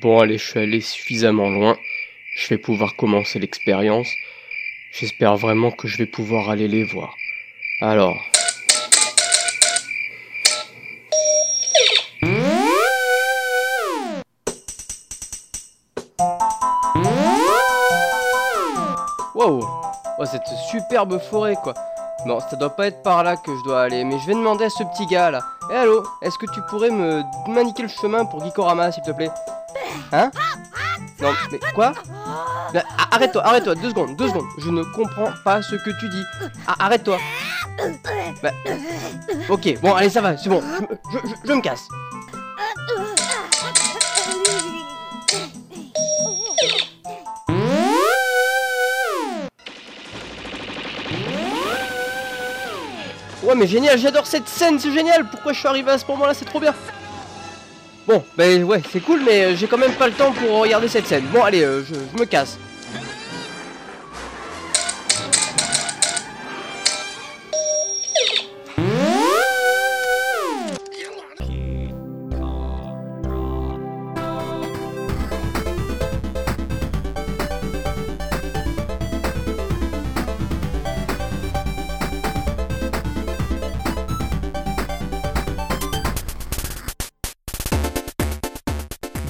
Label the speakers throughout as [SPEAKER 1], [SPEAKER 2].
[SPEAKER 1] Bon, allez, je suis allé suffisamment loin. Je vais pouvoir commencer l'expérience. J'espère vraiment que je vais pouvoir aller les voir. Alors.
[SPEAKER 2] Wow Oh, cette superbe forêt, quoi. Non, ça doit pas être par là que je dois aller, mais je vais demander à ce petit gars là. Eh allô, est-ce que tu pourrais me m'indiquer le chemin pour Gikorama, s'il te plaît Hein Non, mais quoi Là, a- Arrête-toi, arrête-toi, deux secondes, deux secondes. Je ne comprends pas ce que tu dis. Ah, arrête-toi. Bah, ok, bon, allez, ça va, c'est bon. Je, je- je- je me casse. Ouais, mais génial, j'adore cette scène, c'est génial. Pourquoi je suis arrivé à ce moment-là, c'est trop bien. Bon, bah ouais, c'est cool, mais euh, j'ai quand même pas le temps pour regarder cette scène. Bon, allez, euh, je, je me casse.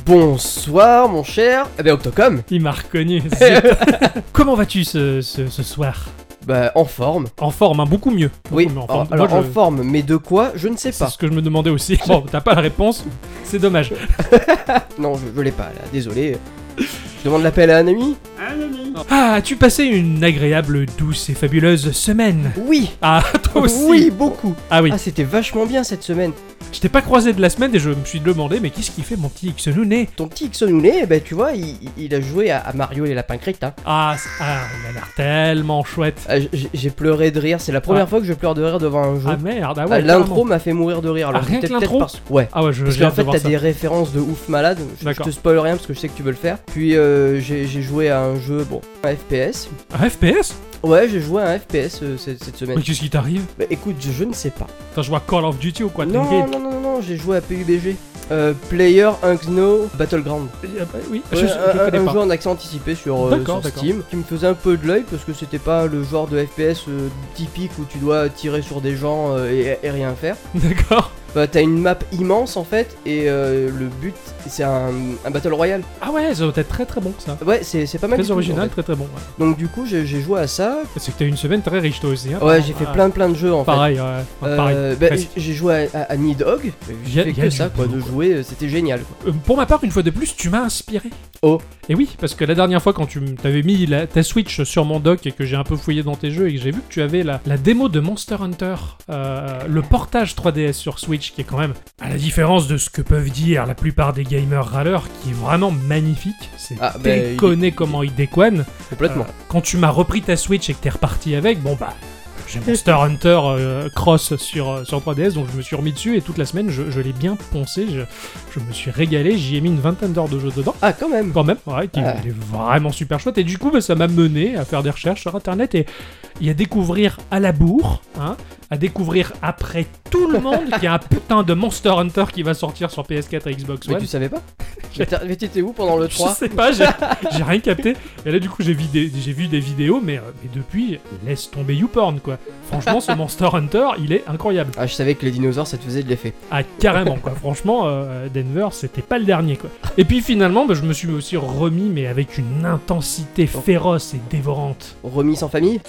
[SPEAKER 2] Bonsoir, mon cher. Eh ben, Octocom.
[SPEAKER 3] Il m'a reconnu. c'est- Comment vas-tu ce, ce- ce soir
[SPEAKER 2] Bah, en forme.
[SPEAKER 3] En forme, hein, beaucoup mieux. Beaucoup
[SPEAKER 2] Oui,
[SPEAKER 3] mieux en
[SPEAKER 2] alors,
[SPEAKER 3] forme.
[SPEAKER 2] alors,
[SPEAKER 3] Moi,
[SPEAKER 2] en
[SPEAKER 3] je-
[SPEAKER 2] forme, mais de quoi Je ne sais
[SPEAKER 3] C'est
[SPEAKER 2] pas.
[SPEAKER 3] ce que je me demandais aussi. Bon, t'as pas la réponse, c'est dommage.
[SPEAKER 2] Non, je, je l'ai pas, là, désolé. Je demande l'appel à un ami
[SPEAKER 3] Ah, as-tu passé une agréable, douce et fabuleuse semaine
[SPEAKER 2] Oui
[SPEAKER 3] Ah, toi aussi
[SPEAKER 2] Oui, beaucoup
[SPEAKER 3] Ah oui,
[SPEAKER 2] Ah, c'était vachement bien cette semaine.
[SPEAKER 3] je t'ai pas croisé de la semaine et je me suis demandé, mais qu'est-ce qui fait mon petit Xenouné
[SPEAKER 2] Ton petit Xonoulet, eh ben, tu vois, il, il- il a joué à, à Mario et les lapins crétins.
[SPEAKER 3] ah, c'est- ah, il a l'air tellement chouette.
[SPEAKER 2] Ah, j'ai- J'ai pleuré de rire, c'est la première fois que je pleure de rire devant un jeu.
[SPEAKER 3] Ah merde, ah
[SPEAKER 2] Ah,
[SPEAKER 3] ouais,
[SPEAKER 2] L'intro
[SPEAKER 3] carrément.
[SPEAKER 2] m'a fait mourir de rire. alors
[SPEAKER 3] Ah, rien que
[SPEAKER 2] peut-être- peut-être
[SPEAKER 3] l'intro
[SPEAKER 2] parce... Ouais.
[SPEAKER 3] Ah ouais, je
[SPEAKER 2] Parce
[SPEAKER 3] j'ai
[SPEAKER 2] qu'en
[SPEAKER 3] hâte de
[SPEAKER 2] fait,
[SPEAKER 3] voir
[SPEAKER 2] t'as
[SPEAKER 3] ça.
[SPEAKER 2] des références de ouf malade. Je, je
[SPEAKER 3] D'accord.
[SPEAKER 2] te spoil rien parce que je sais que tu veux le faire. Puis euh, j'ai j'ai joué à un jeu, bon, un FPS.
[SPEAKER 3] Un FPS
[SPEAKER 2] Ouais, j'ai joué à un FPS euh, cette, cette semaine.
[SPEAKER 3] Mais qu'est-ce qui t'arrive
[SPEAKER 2] Bah, écoute, je, je ne sais pas.
[SPEAKER 3] Attends, je vois Call of Duty ou quoi t'es une
[SPEAKER 2] non,
[SPEAKER 3] gay
[SPEAKER 2] non, non, non, non, j'ai joué à PUBG. Euh, Player Unknown Battleground.
[SPEAKER 3] Euh, bah Oui, je,
[SPEAKER 2] Ouais,
[SPEAKER 3] je
[SPEAKER 2] un- un,
[SPEAKER 3] connais pas.
[SPEAKER 2] jeu en accès anticipé sur, euh,
[SPEAKER 3] D'accord,
[SPEAKER 2] sur
[SPEAKER 3] d'accord.
[SPEAKER 2] Steam qui me faisait un peu de l'œil parce que c'était pas le genre de FPS euh, typique où tu dois tirer sur des gens euh, et- et rien faire.
[SPEAKER 3] D'accord.
[SPEAKER 2] Bah, t'as une map immense en fait, et euh, le but c'est un, un battle royale.
[SPEAKER 3] Ah ouais, ça doit être très très bon ça.
[SPEAKER 2] Ouais, c'est c'est pas mal. du
[SPEAKER 3] Très
[SPEAKER 2] tout,
[SPEAKER 3] original,
[SPEAKER 2] en fait.
[SPEAKER 3] très très bon. ouais.
[SPEAKER 2] Donc, du coup, j'ai j'ai joué à ça.
[SPEAKER 3] C'est que t'as eu une semaine très riche toi aussi. Hein,
[SPEAKER 2] Ouais,
[SPEAKER 3] apparemment.
[SPEAKER 2] j'ai fait
[SPEAKER 3] Ah,
[SPEAKER 2] plein plein de jeux en
[SPEAKER 3] Pareil, ouais.
[SPEAKER 2] fait.
[SPEAKER 3] Enfin, pareil.
[SPEAKER 2] Euh, bah,
[SPEAKER 3] presque.
[SPEAKER 2] j'ai joué à, à, à Need Hog,
[SPEAKER 3] Y
[SPEAKER 2] j'ai
[SPEAKER 3] a-
[SPEAKER 2] fait
[SPEAKER 3] y a
[SPEAKER 2] que
[SPEAKER 3] du
[SPEAKER 2] ça quoi,
[SPEAKER 3] boulot,
[SPEAKER 2] de
[SPEAKER 3] quoi.
[SPEAKER 2] jouer, euh, c'était génial quoi.
[SPEAKER 3] Euh, Pour ma part, une fois de plus, tu m'as inspiré.
[SPEAKER 2] Oh.
[SPEAKER 3] Et oui, parce que la dernière fois, quand tu m- t'avais mis la- ta Switch sur mon dock et que j'ai un peu fouillé dans tes jeux et que j'ai vu que tu avais la, la démo de Monster Hunter, euh, le portage 3DS sur Switch, qui est quand même, à la différence de ce que peuvent dire la plupart des gamers râleurs, qui est vraiment magnifique. C'est
[SPEAKER 2] Ah, bah, il-
[SPEAKER 3] déconné comment il décoine.
[SPEAKER 2] Complètement.
[SPEAKER 3] Euh, quand tu m'as repris ta Switch et que t'es reparti avec, bon bah. J'ai Monster Hunter euh, Cross sur, euh, sur 3DS, donc je me suis remis dessus et toute la semaine je, je l'ai bien poncé, je, je me suis régalé, j'y ai mis une vingtaine d'heures de jeu dedans,
[SPEAKER 2] Ah, quand même.
[SPEAKER 3] quand même, ouais, qui
[SPEAKER 2] Ah.
[SPEAKER 3] il est vraiment super chouette, et du coup bah, ça m'a mené à faire des recherches sur internet et, et à découvrir à la bourre, hein, à découvrir après tout le monde qu'il y a un putain de Monster Hunter qui va sortir sur PS4 et Xbox
[SPEAKER 2] Mais
[SPEAKER 3] One.
[SPEAKER 2] tu savais pas Mais t'as- Mais t'étais où pendant le
[SPEAKER 3] Je
[SPEAKER 2] 3
[SPEAKER 3] sais pas, j'ai j'ai rien capté. Et là, du coup, j'ai vu, des- j'ai vu des vidéos, mais, euh, mais depuis, laisse tomber YouPorn, quoi. Franchement, ce Monster Hunter, il est incroyable.
[SPEAKER 2] Ah, je savais que les dinosaures ça te faisait de l'effet.
[SPEAKER 3] Ah, carrément, quoi. Franchement, euh, Denver, c'était pas le dernier, quoi. Et puis, finalement, bah, je me suis aussi remis, mais avec une intensité féroce et dévorante.
[SPEAKER 2] Remis sans famille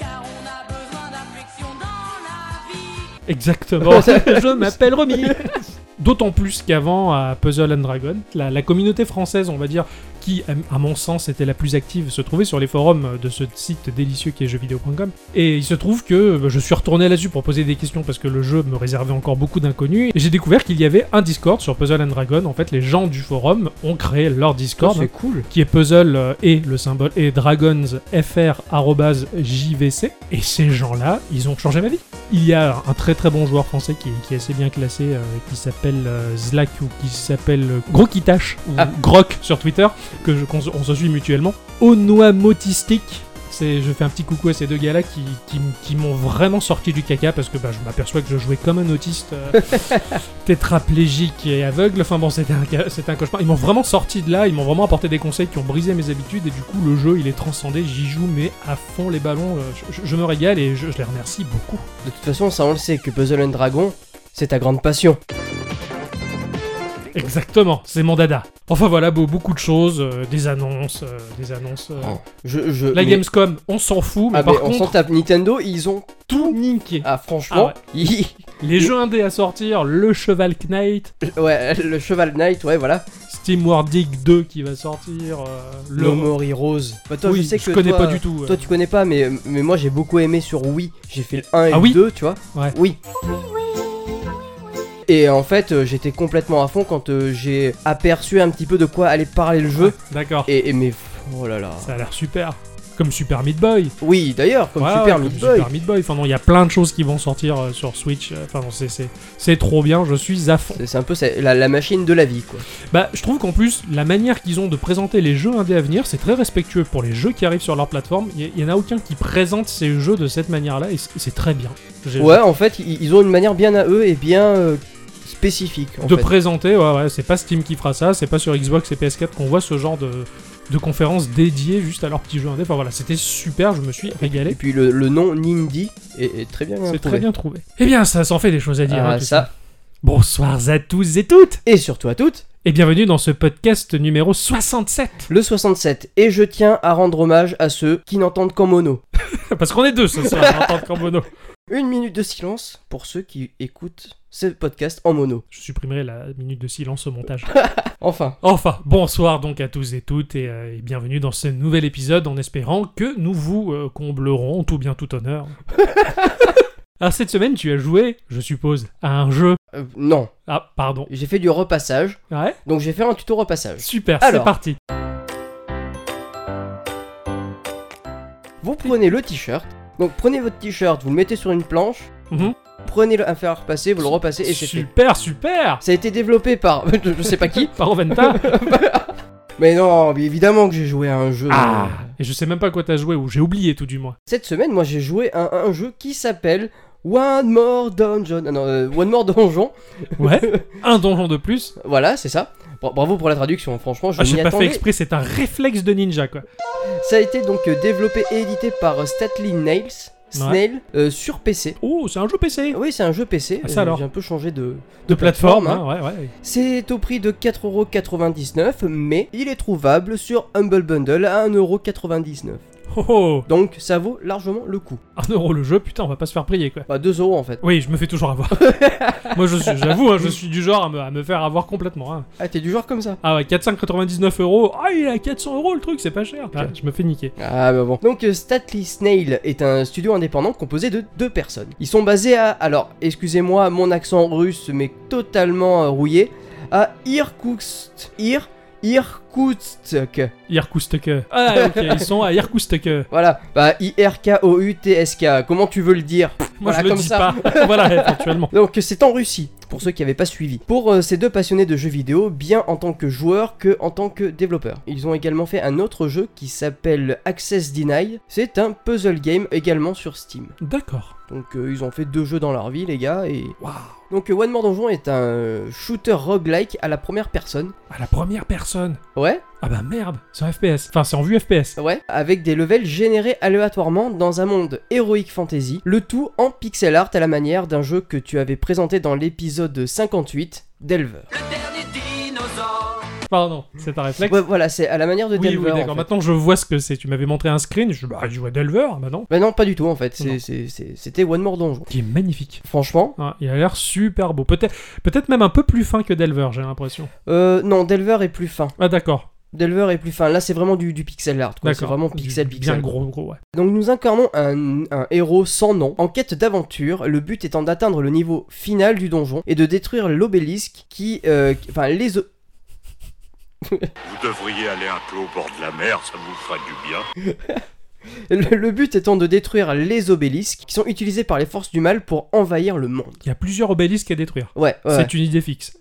[SPEAKER 3] Exactement, je m'appelle Romy. D'autant plus qu'avant à Puzzle and Dragon, la, la communauté française, on va dire, qui à mon sens était la plus active, se trouvait sur les forums de ce site délicieux qui est jeuxvideo.com. Et il se trouve que bah, je suis retourné là-dessus pour poser des questions parce que le jeu me réservait encore beaucoup d'inconnus. Et j'ai découvert qu'il y avait un Discord sur Puzzle and Dragon. En fait, les gens du forum ont créé leur Discord
[SPEAKER 2] Ah, C'est cool.
[SPEAKER 3] qui est puzzle euh, et le symbole et dragonsfr@jvc et ces gens-là, ils ont changé ma vie. Il y a un très très bon joueur français qui, qui est assez bien classé euh, qui s'appelle euh, Zlak ou qui s'appelle euh, Grokitash ou
[SPEAKER 2] Ah.
[SPEAKER 3] Grok sur Twitter que je- qu'on se- on se suit mutuellement. Onoamotistic C'est, je fais un petit coucou à ces deux gars-là qui, qui, qui m'ont vraiment sorti du caca parce que bah, je m'aperçois que je jouais comme un autiste euh, tétraplégique et aveugle. Enfin bon, c'était un, ca- c'était un cauchemar. Ils m'ont vraiment sorti de là, ils m'ont vraiment apporté des conseils qui ont brisé mes habitudes et du coup, le jeu, il est transcendé. J'y joue, mais à fond les ballons. euh, Je, je- je me régale et je- je les remercie beaucoup.
[SPEAKER 2] De toute façon, ça on le sait que Puzzle and Dragon, c'est ta grande passion.
[SPEAKER 3] Exactement, c'est mon dada. Enfin voilà, beau, beaucoup de choses, euh, des annonces, euh, des annonces. euh.
[SPEAKER 1] Oh,
[SPEAKER 2] Je, je,
[SPEAKER 3] La
[SPEAKER 2] mais-
[SPEAKER 3] Gamescom, on s'en fout, mais
[SPEAKER 2] Ah,
[SPEAKER 3] par
[SPEAKER 2] mais on
[SPEAKER 3] contre,
[SPEAKER 2] s'en tape. Nintendo, ils ont.
[SPEAKER 3] tout niqué.
[SPEAKER 2] Ah, franchement.
[SPEAKER 3] Les jeux indés à sortir, le Cheval Knight,
[SPEAKER 2] ouais, le Cheval Knight, ouais, voilà.
[SPEAKER 3] Steam War Dig 2 qui va sortir, euh, le...
[SPEAKER 2] Le Mori Rose. Bah, toi,
[SPEAKER 3] oui,
[SPEAKER 2] je sais que
[SPEAKER 3] connais
[SPEAKER 2] toi,
[SPEAKER 3] pas du tout.
[SPEAKER 2] Toi, tu connais pas, mais, mais moi, j'ai beaucoup aimé sur Wii. J'ai fait le 1 et
[SPEAKER 3] Ah
[SPEAKER 2] le
[SPEAKER 3] oui
[SPEAKER 2] 2, tu vois.
[SPEAKER 3] Ouais.
[SPEAKER 2] Oui. Et en fait, euh, j'étais complètement à fond quand euh, j'ai aperçu un petit peu de quoi allait parler le jeu.
[SPEAKER 3] D'accord,
[SPEAKER 2] Et, et mais. Oh là là.
[SPEAKER 3] ça a l'air super. Comme Super Meat Boy.
[SPEAKER 2] Oui, d'ailleurs, comme
[SPEAKER 3] Ouais,
[SPEAKER 2] Super
[SPEAKER 3] ouais,
[SPEAKER 2] Meat
[SPEAKER 3] comme
[SPEAKER 2] Boy.
[SPEAKER 3] Super Meat Boy. Enfin non, il y a plein de choses qui vont sortir euh, sur Switch. Enfin non, c'est- c'est c'est trop bien, je suis à fond.
[SPEAKER 2] C'est- C'est un peu ça- la, la machine de la vie, quoi.
[SPEAKER 3] Bah, je trouve qu'en plus, la manière qu'ils ont de présenter les jeux indés à venir, c'est très respectueux pour les jeux qui arrivent sur leur plateforme. Il n'y en a aucun qui présente ces jeux de cette manière-là, et c- c'est très bien. J'ai-
[SPEAKER 2] Ouais, en fait, i- ils ont une manière bien à eux et bien euh, spécifique. En
[SPEAKER 3] de
[SPEAKER 2] fait.
[SPEAKER 3] présenter, ouais, ouais, c'est pas Steam qui fera ça, c'est pas sur Xbox et PS4 qu'on voit ce genre de, de conférences dédiées juste à leurs petits jeux indés. Enfin voilà, c'était super, je me suis
[SPEAKER 2] Et
[SPEAKER 3] régalé.
[SPEAKER 2] puis le, le nom Nindy est, est très bien. hein, trouvé.
[SPEAKER 3] C'est très bien trouvé. Eh bien, ça s'en fait des choses à dire.
[SPEAKER 2] Ah,
[SPEAKER 3] hein, tout
[SPEAKER 2] ça.
[SPEAKER 3] Bonsoir à tous et toutes,
[SPEAKER 2] Et surtout à toutes,
[SPEAKER 3] et bienvenue dans ce podcast numéro 67.
[SPEAKER 2] le 67. Et je tiens à rendre hommage à ceux qui n'entendent qu'en mono.
[SPEAKER 3] Parce qu'on est deux ce soir, en tant que Cambono.
[SPEAKER 2] Une minute de silence pour ceux qui écoutent ce podcast en mono.
[SPEAKER 3] Je supprimerai la minute de silence au montage.
[SPEAKER 2] Enfin,
[SPEAKER 3] Enfin, bonsoir donc à tous et toutes et, euh, et bienvenue dans ce nouvel épisode en espérant que nous vous euh, comblerons en tout bien tout honneur. Alors cette semaine, tu as joué, je suppose, à un jeu.
[SPEAKER 2] euh, non,
[SPEAKER 3] Ah, pardon.
[SPEAKER 2] j'ai fait du repassage,
[SPEAKER 3] Ouais,
[SPEAKER 2] donc j'ai fait un tuto repassage.
[SPEAKER 3] super, c'est
[SPEAKER 2] Alors.
[SPEAKER 3] parti.
[SPEAKER 2] Vous prenez le t-shirt, donc prenez votre t-shirt, vous le mettez sur une planche,
[SPEAKER 3] Mhm.
[SPEAKER 2] prenez le, un fer à repasser, vous le repassez et c'est fait.
[SPEAKER 3] Super, super.
[SPEAKER 2] Ça a été développé par je je sais pas qui,
[SPEAKER 3] Par Oventa.
[SPEAKER 2] mais non, mais évidemment que j'ai joué à un jeu.
[SPEAKER 3] ah. Et je sais même pas à quoi t'as joué ou j'ai oublié tout du moins.
[SPEAKER 2] Cette semaine, moi j'ai joué à un jeu qui s'appelle One More Dungeon. Ah non, euh, One More Donjon.
[SPEAKER 3] Ouais. un donjon de plus.
[SPEAKER 2] Voilà, c'est ça. Bra- Bravo pour la traduction, franchement, je
[SPEAKER 3] Ah,
[SPEAKER 2] m'y
[SPEAKER 3] j'ai pas fait
[SPEAKER 2] attendais.
[SPEAKER 3] exprès, c'est un réflexe de ninja quoi.
[SPEAKER 2] Ça a été donc euh, développé et édité par euh, Statly Nails, Snail, euh, sur PC.
[SPEAKER 3] Oh, c'est un jeu PC.
[SPEAKER 2] Oui, c'est un jeu PC.
[SPEAKER 3] Ah, ça alors.
[SPEAKER 2] J'ai un peu changé de.
[SPEAKER 3] De
[SPEAKER 2] plateforme,
[SPEAKER 3] plateforme, hein, ouais, ouais.
[SPEAKER 2] C'est au prix de 4,99€, mais il est trouvable sur Humble Bundle à 1,99€.
[SPEAKER 3] Oh, oh,
[SPEAKER 2] Donc ça vaut largement le coup.
[SPEAKER 3] un euro le jeu, putain, on va pas se faire prier quoi.
[SPEAKER 2] Bah 2€ en fait.
[SPEAKER 3] Oui, je me fais toujours avoir. Moi, je suis- j'avoue, hein, je suis du genre à me, à me faire avoir complètement. hein.
[SPEAKER 2] Ah, t'es du genre comme ça.
[SPEAKER 3] Ah ouais, 499 euros. Ah, il est à 400 euros le truc, c'est pas cher. Ah, je me fais niquer.
[SPEAKER 2] Ah bah bon. Donc euh, Statly Snail est un studio indépendant composé de deux personnes. Ils sont basés à, alors excusez-moi mon accent russe mais totalement euh, rouillé, à Irkoutsk. Ir, Irkoutsk.
[SPEAKER 3] Irkousteke. Ah, ok, ils sont à Irkousteke.
[SPEAKER 2] Voilà, bah I-R-K-O-U-T-S-K. Comment tu veux le dire
[SPEAKER 3] Moi,
[SPEAKER 2] Voilà,
[SPEAKER 3] je le
[SPEAKER 2] comme
[SPEAKER 3] dis
[SPEAKER 2] ça.
[SPEAKER 3] pas. voilà, éventuellement.
[SPEAKER 2] Donc c'est en Russie, pour ceux qui n'avaient pas suivi. Pour euh, ces deux passionnés de jeux vidéo, bien en tant que joueurs que en tant que développeurs. Ils ont également fait un autre jeu qui s'appelle Access Deny. C'est un puzzle game également sur Steam.
[SPEAKER 3] D'accord.
[SPEAKER 2] Donc euh, ils ont fait deux jeux dans leur vie les gars et...
[SPEAKER 3] Waouh.
[SPEAKER 2] Donc euh, One More Donjon est un euh, shooter roguelike à la première personne.
[SPEAKER 3] À la première personne.
[SPEAKER 2] Ouais,
[SPEAKER 3] Ah bah merde, c'est en FPS. Enfin, c'est en vue FPS.
[SPEAKER 2] ouais. Avec des levels générés aléatoirement dans un monde héroïque fantasy. Le tout en pixel art à la manière d'un jeu que tu avais présenté dans l'épisode 58 d'Elver.
[SPEAKER 3] Pardon, c'est un réflexe.
[SPEAKER 2] Ouais, voilà, c'est à la manière de
[SPEAKER 3] oui,
[SPEAKER 2] Delver.
[SPEAKER 3] oui,
[SPEAKER 2] en
[SPEAKER 3] d'accord.
[SPEAKER 2] fait.
[SPEAKER 3] Maintenant, je vois ce que c'est. Tu m'avais montré un screen. Je bah, il jouait Delver. Bah non.
[SPEAKER 2] Bah non, pas du tout en fait. C'est-
[SPEAKER 3] Non.
[SPEAKER 2] c'est- c'est- C'était One More Donjon.
[SPEAKER 3] Qui est magnifique.
[SPEAKER 2] Franchement,
[SPEAKER 3] Ah, il a l'air super beau. Peut-être peut-être même un peu plus fin que Delver, j'ai l'impression.
[SPEAKER 2] euh, non, Delver est plus fin.
[SPEAKER 3] Ah d'accord.
[SPEAKER 2] Delver est plus fin. Là, c'est vraiment du, du pixel art. quoi.
[SPEAKER 3] D'accord.
[SPEAKER 2] C'est vraiment
[SPEAKER 3] Du-
[SPEAKER 2] pixel,
[SPEAKER 3] Bien
[SPEAKER 2] pixel.
[SPEAKER 3] gros, gros, ouais.
[SPEAKER 2] Donc nous incarnons un, un héros sans nom, en quête d'aventure, le but étant d'atteindre le niveau final du donjon et de détruire l'obélisque qui... euh, qui- Enfin, les... o-
[SPEAKER 4] Vous devriez aller un peu au bord de la mer, ça vous fera du bien.
[SPEAKER 2] le, le but étant de détruire les obélisques qui sont utilisés par les forces du mal pour envahir le monde.
[SPEAKER 3] Il y a plusieurs obélisques à détruire.
[SPEAKER 2] Ouais, ouais, ouais.
[SPEAKER 3] C'est une idée fixe.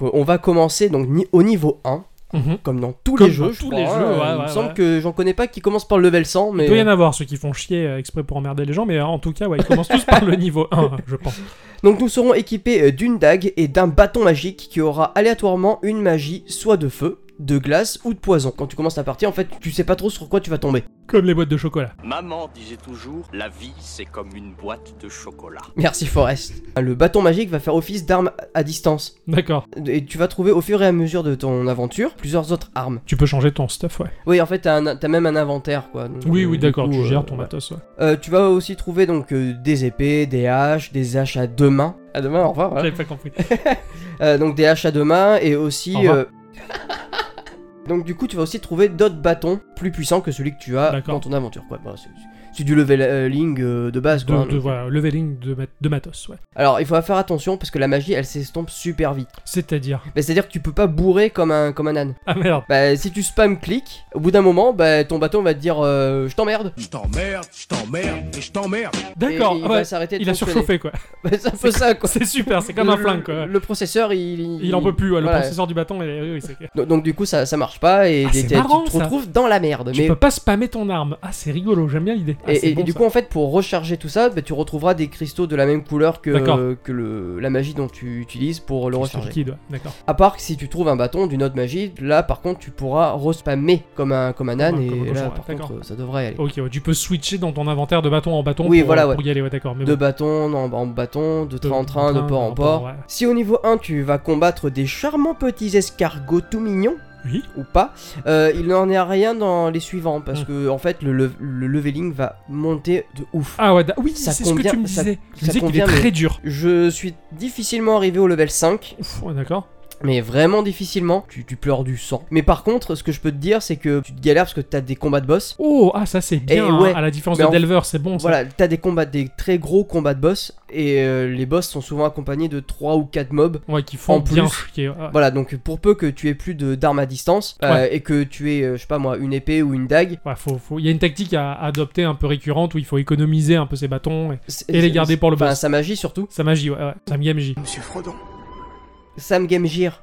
[SPEAKER 2] Donc, On va commencer donc ni- au niveau 1,
[SPEAKER 3] Mhm.
[SPEAKER 2] comme dans tous
[SPEAKER 3] Comme
[SPEAKER 2] les jeux,
[SPEAKER 3] dans
[SPEAKER 2] je
[SPEAKER 3] tous
[SPEAKER 2] crois,
[SPEAKER 3] les
[SPEAKER 2] hein.
[SPEAKER 3] jeux, ouais,
[SPEAKER 2] il me
[SPEAKER 3] ouais,
[SPEAKER 2] semble
[SPEAKER 3] ouais.
[SPEAKER 2] que j'en connais pas qui commence par le level 100, mais
[SPEAKER 3] Il peut y en avoir ceux qui font chier euh, exprès pour emmerder les gens, mais euh, en tout cas, ouais, ils commencent tous par le niveau 1, je pense.
[SPEAKER 2] Donc nous serons équipés euh, d'une dague et d'un bâton magique qui aura aléatoirement une magie soit de feu, de glace ou de poison. Quand tu commences la partie, en fait, tu sais pas trop sur quoi tu vas tomber.
[SPEAKER 3] Comme les boîtes de chocolat.
[SPEAKER 5] Maman disait toujours, la vie c'est comme une boîte de chocolat.
[SPEAKER 2] Merci Forrest. Ah, Le bâton magique va faire office d'arme à distance.
[SPEAKER 3] D'accord.
[SPEAKER 2] Et tu vas trouver au fur et à mesure de ton aventure plusieurs autres armes.
[SPEAKER 3] Tu peux changer ton stuff, ouais.
[SPEAKER 2] Oui, en fait, t'as un- t'as même un inventaire, quoi. Donc,
[SPEAKER 3] Oui,
[SPEAKER 2] euh,
[SPEAKER 3] oui,
[SPEAKER 2] du
[SPEAKER 3] d'accord,
[SPEAKER 2] coup,
[SPEAKER 3] tu
[SPEAKER 2] euh,
[SPEAKER 3] gères ton
[SPEAKER 2] voilà.
[SPEAKER 3] matos, ouais.
[SPEAKER 2] Euh, tu vas aussi trouver donc euh, des épées, des haches, des haches à deux mains. À deux mains, au revoir. voilà.
[SPEAKER 3] J'avais pas compris.
[SPEAKER 2] Euh, donc des haches à deux mains et aussi.
[SPEAKER 3] Au revoir.
[SPEAKER 2] euh, donc du coup, tu vas aussi trouver d'autres bâtons plus puissants que celui que tu as
[SPEAKER 3] D'accord.
[SPEAKER 2] dans ton aventure. Quoi. Bah, c'est- c'est du leveling euh, de base.
[SPEAKER 3] De,
[SPEAKER 2] Quoi, hein,
[SPEAKER 3] de-
[SPEAKER 2] donc.
[SPEAKER 3] voilà, leveling de, mat- de matos, ouais.
[SPEAKER 2] Alors il faut faire attention parce que la magie, elle s'estompe super vite.
[SPEAKER 3] C'est-à-dire.
[SPEAKER 2] Bah, C'est-à-dire que tu peux pas bourrer comme un, comme un âne.
[SPEAKER 3] Ah merde.
[SPEAKER 2] Bah, si tu spam clic, au bout d'un moment, bah, ton bâton va te dire euh, je t'emmerde.
[SPEAKER 4] Je t'emmerde, je t'emmerde et je t'emmerde.
[SPEAKER 3] D'accord,
[SPEAKER 2] Et il
[SPEAKER 3] ouais,
[SPEAKER 2] va s'arrêter de
[SPEAKER 3] Il a
[SPEAKER 2] fonctionner.
[SPEAKER 3] surchauffé, quoi.
[SPEAKER 2] Bah, c'est un peu ça quoi.
[SPEAKER 3] C'est super, c'est comme un
[SPEAKER 2] Le-
[SPEAKER 3] flingue, quoi.
[SPEAKER 2] Le processeur, il. Il,
[SPEAKER 3] Il en peut plus, ouais, le
[SPEAKER 2] voilà.
[SPEAKER 3] processeur du bâton, il est- oui, c'est clair.
[SPEAKER 2] Donc, donc, du coup, ça, ça marche pas et
[SPEAKER 3] Ah,
[SPEAKER 2] t'es-
[SPEAKER 3] c'est
[SPEAKER 2] t'es-
[SPEAKER 3] marrant,
[SPEAKER 2] tu te
[SPEAKER 3] ça.
[SPEAKER 2] retrouves dans la merde.
[SPEAKER 3] Tu
[SPEAKER 2] mais
[SPEAKER 3] peux pas spammer ton arme. Ah, c'est rigolo, j'aime bien l'idée. Ah,
[SPEAKER 2] et,
[SPEAKER 3] c'est
[SPEAKER 2] et-
[SPEAKER 3] bon,
[SPEAKER 2] et du
[SPEAKER 3] ça.
[SPEAKER 2] coup, en fait, pour recharger tout ça, bah, tu retrouveras des cristaux de la même couleur
[SPEAKER 3] D'accord.
[SPEAKER 2] que, que le, la magie dont tu utilises pour le
[SPEAKER 3] C'est
[SPEAKER 2] recharger.
[SPEAKER 3] liquide, ouais, D'accord.
[SPEAKER 2] À part que si tu trouves un bâton d'une autre magie, là par contre, tu pourras respammer comme un, comme un âne
[SPEAKER 3] un-
[SPEAKER 2] et
[SPEAKER 3] comme un cochon,
[SPEAKER 2] là
[SPEAKER 3] ouais,
[SPEAKER 2] par
[SPEAKER 3] d'accord.
[SPEAKER 2] contre, euh, ça devrait aller.
[SPEAKER 3] Ok, ouais, tu peux switcher dans ton inventaire de bâton en bâton
[SPEAKER 2] Oui,
[SPEAKER 3] pour, euh,
[SPEAKER 2] voilà,
[SPEAKER 3] pour
[SPEAKER 2] ouais.
[SPEAKER 3] y aller, ouais, d'accord. mais
[SPEAKER 2] De
[SPEAKER 3] bon.
[SPEAKER 2] bâton en, en bâton, de train en train, de port en port.
[SPEAKER 3] ouais.
[SPEAKER 2] Si au niveau 1 tu vas combattre des charmants petits escargots tout mignons,
[SPEAKER 3] Oui.
[SPEAKER 2] ou pas, euh, il n'en est rien dans les suivants parce
[SPEAKER 3] Mm.
[SPEAKER 2] que en fait le, le- le leveling va monter de ouf.
[SPEAKER 3] Ah ouais, da- oui,
[SPEAKER 2] Ça
[SPEAKER 3] c'est ce que
[SPEAKER 2] convient-
[SPEAKER 3] tu me
[SPEAKER 2] ça-
[SPEAKER 3] disais. Tu
[SPEAKER 2] ça
[SPEAKER 3] me disais qu'il est
[SPEAKER 2] convient, mais-
[SPEAKER 3] très dur.
[SPEAKER 2] Je suis difficilement arrivé au level 5,
[SPEAKER 3] Ouf, ouais, d'accord.
[SPEAKER 2] mais vraiment difficilement. Tu, tu pleures du sang. Mais par contre, ce que je peux te dire, c'est que tu te galères parce que t'as des combats de boss.
[SPEAKER 3] Oh, ah, ça c'est bien, hein,
[SPEAKER 2] ouais,
[SPEAKER 3] à la différence
[SPEAKER 2] mais
[SPEAKER 3] de
[SPEAKER 2] en-
[SPEAKER 3] Delver, c'est bon. Ça.
[SPEAKER 2] Voilà, t'as des combats, des très gros combats de boss, et euh, les boss sont souvent accompagnés de 3 ou 4 mobs.
[SPEAKER 3] Ouais, qui font
[SPEAKER 2] En
[SPEAKER 3] bien
[SPEAKER 2] plus- Bah.
[SPEAKER 3] chier. ouais.
[SPEAKER 2] Voilà, donc pour peu que tu aies plus de- d'armes à distance, euh,
[SPEAKER 3] Ouais.
[SPEAKER 2] et que tu aies, euh, je sais pas moi, une épée ou une dague,
[SPEAKER 3] Ouais, faut, faut- Il y a une tactique à adopter un peu récurrente où il faut économiser un peu ses bâtons et,
[SPEAKER 2] c'est-
[SPEAKER 3] et les garder pour le
[SPEAKER 2] Enfin,
[SPEAKER 3] boss.
[SPEAKER 2] sa magie surtout.
[SPEAKER 3] Sa magie, ouais, ouais. Sa Gamji.
[SPEAKER 2] Sam Game Gear.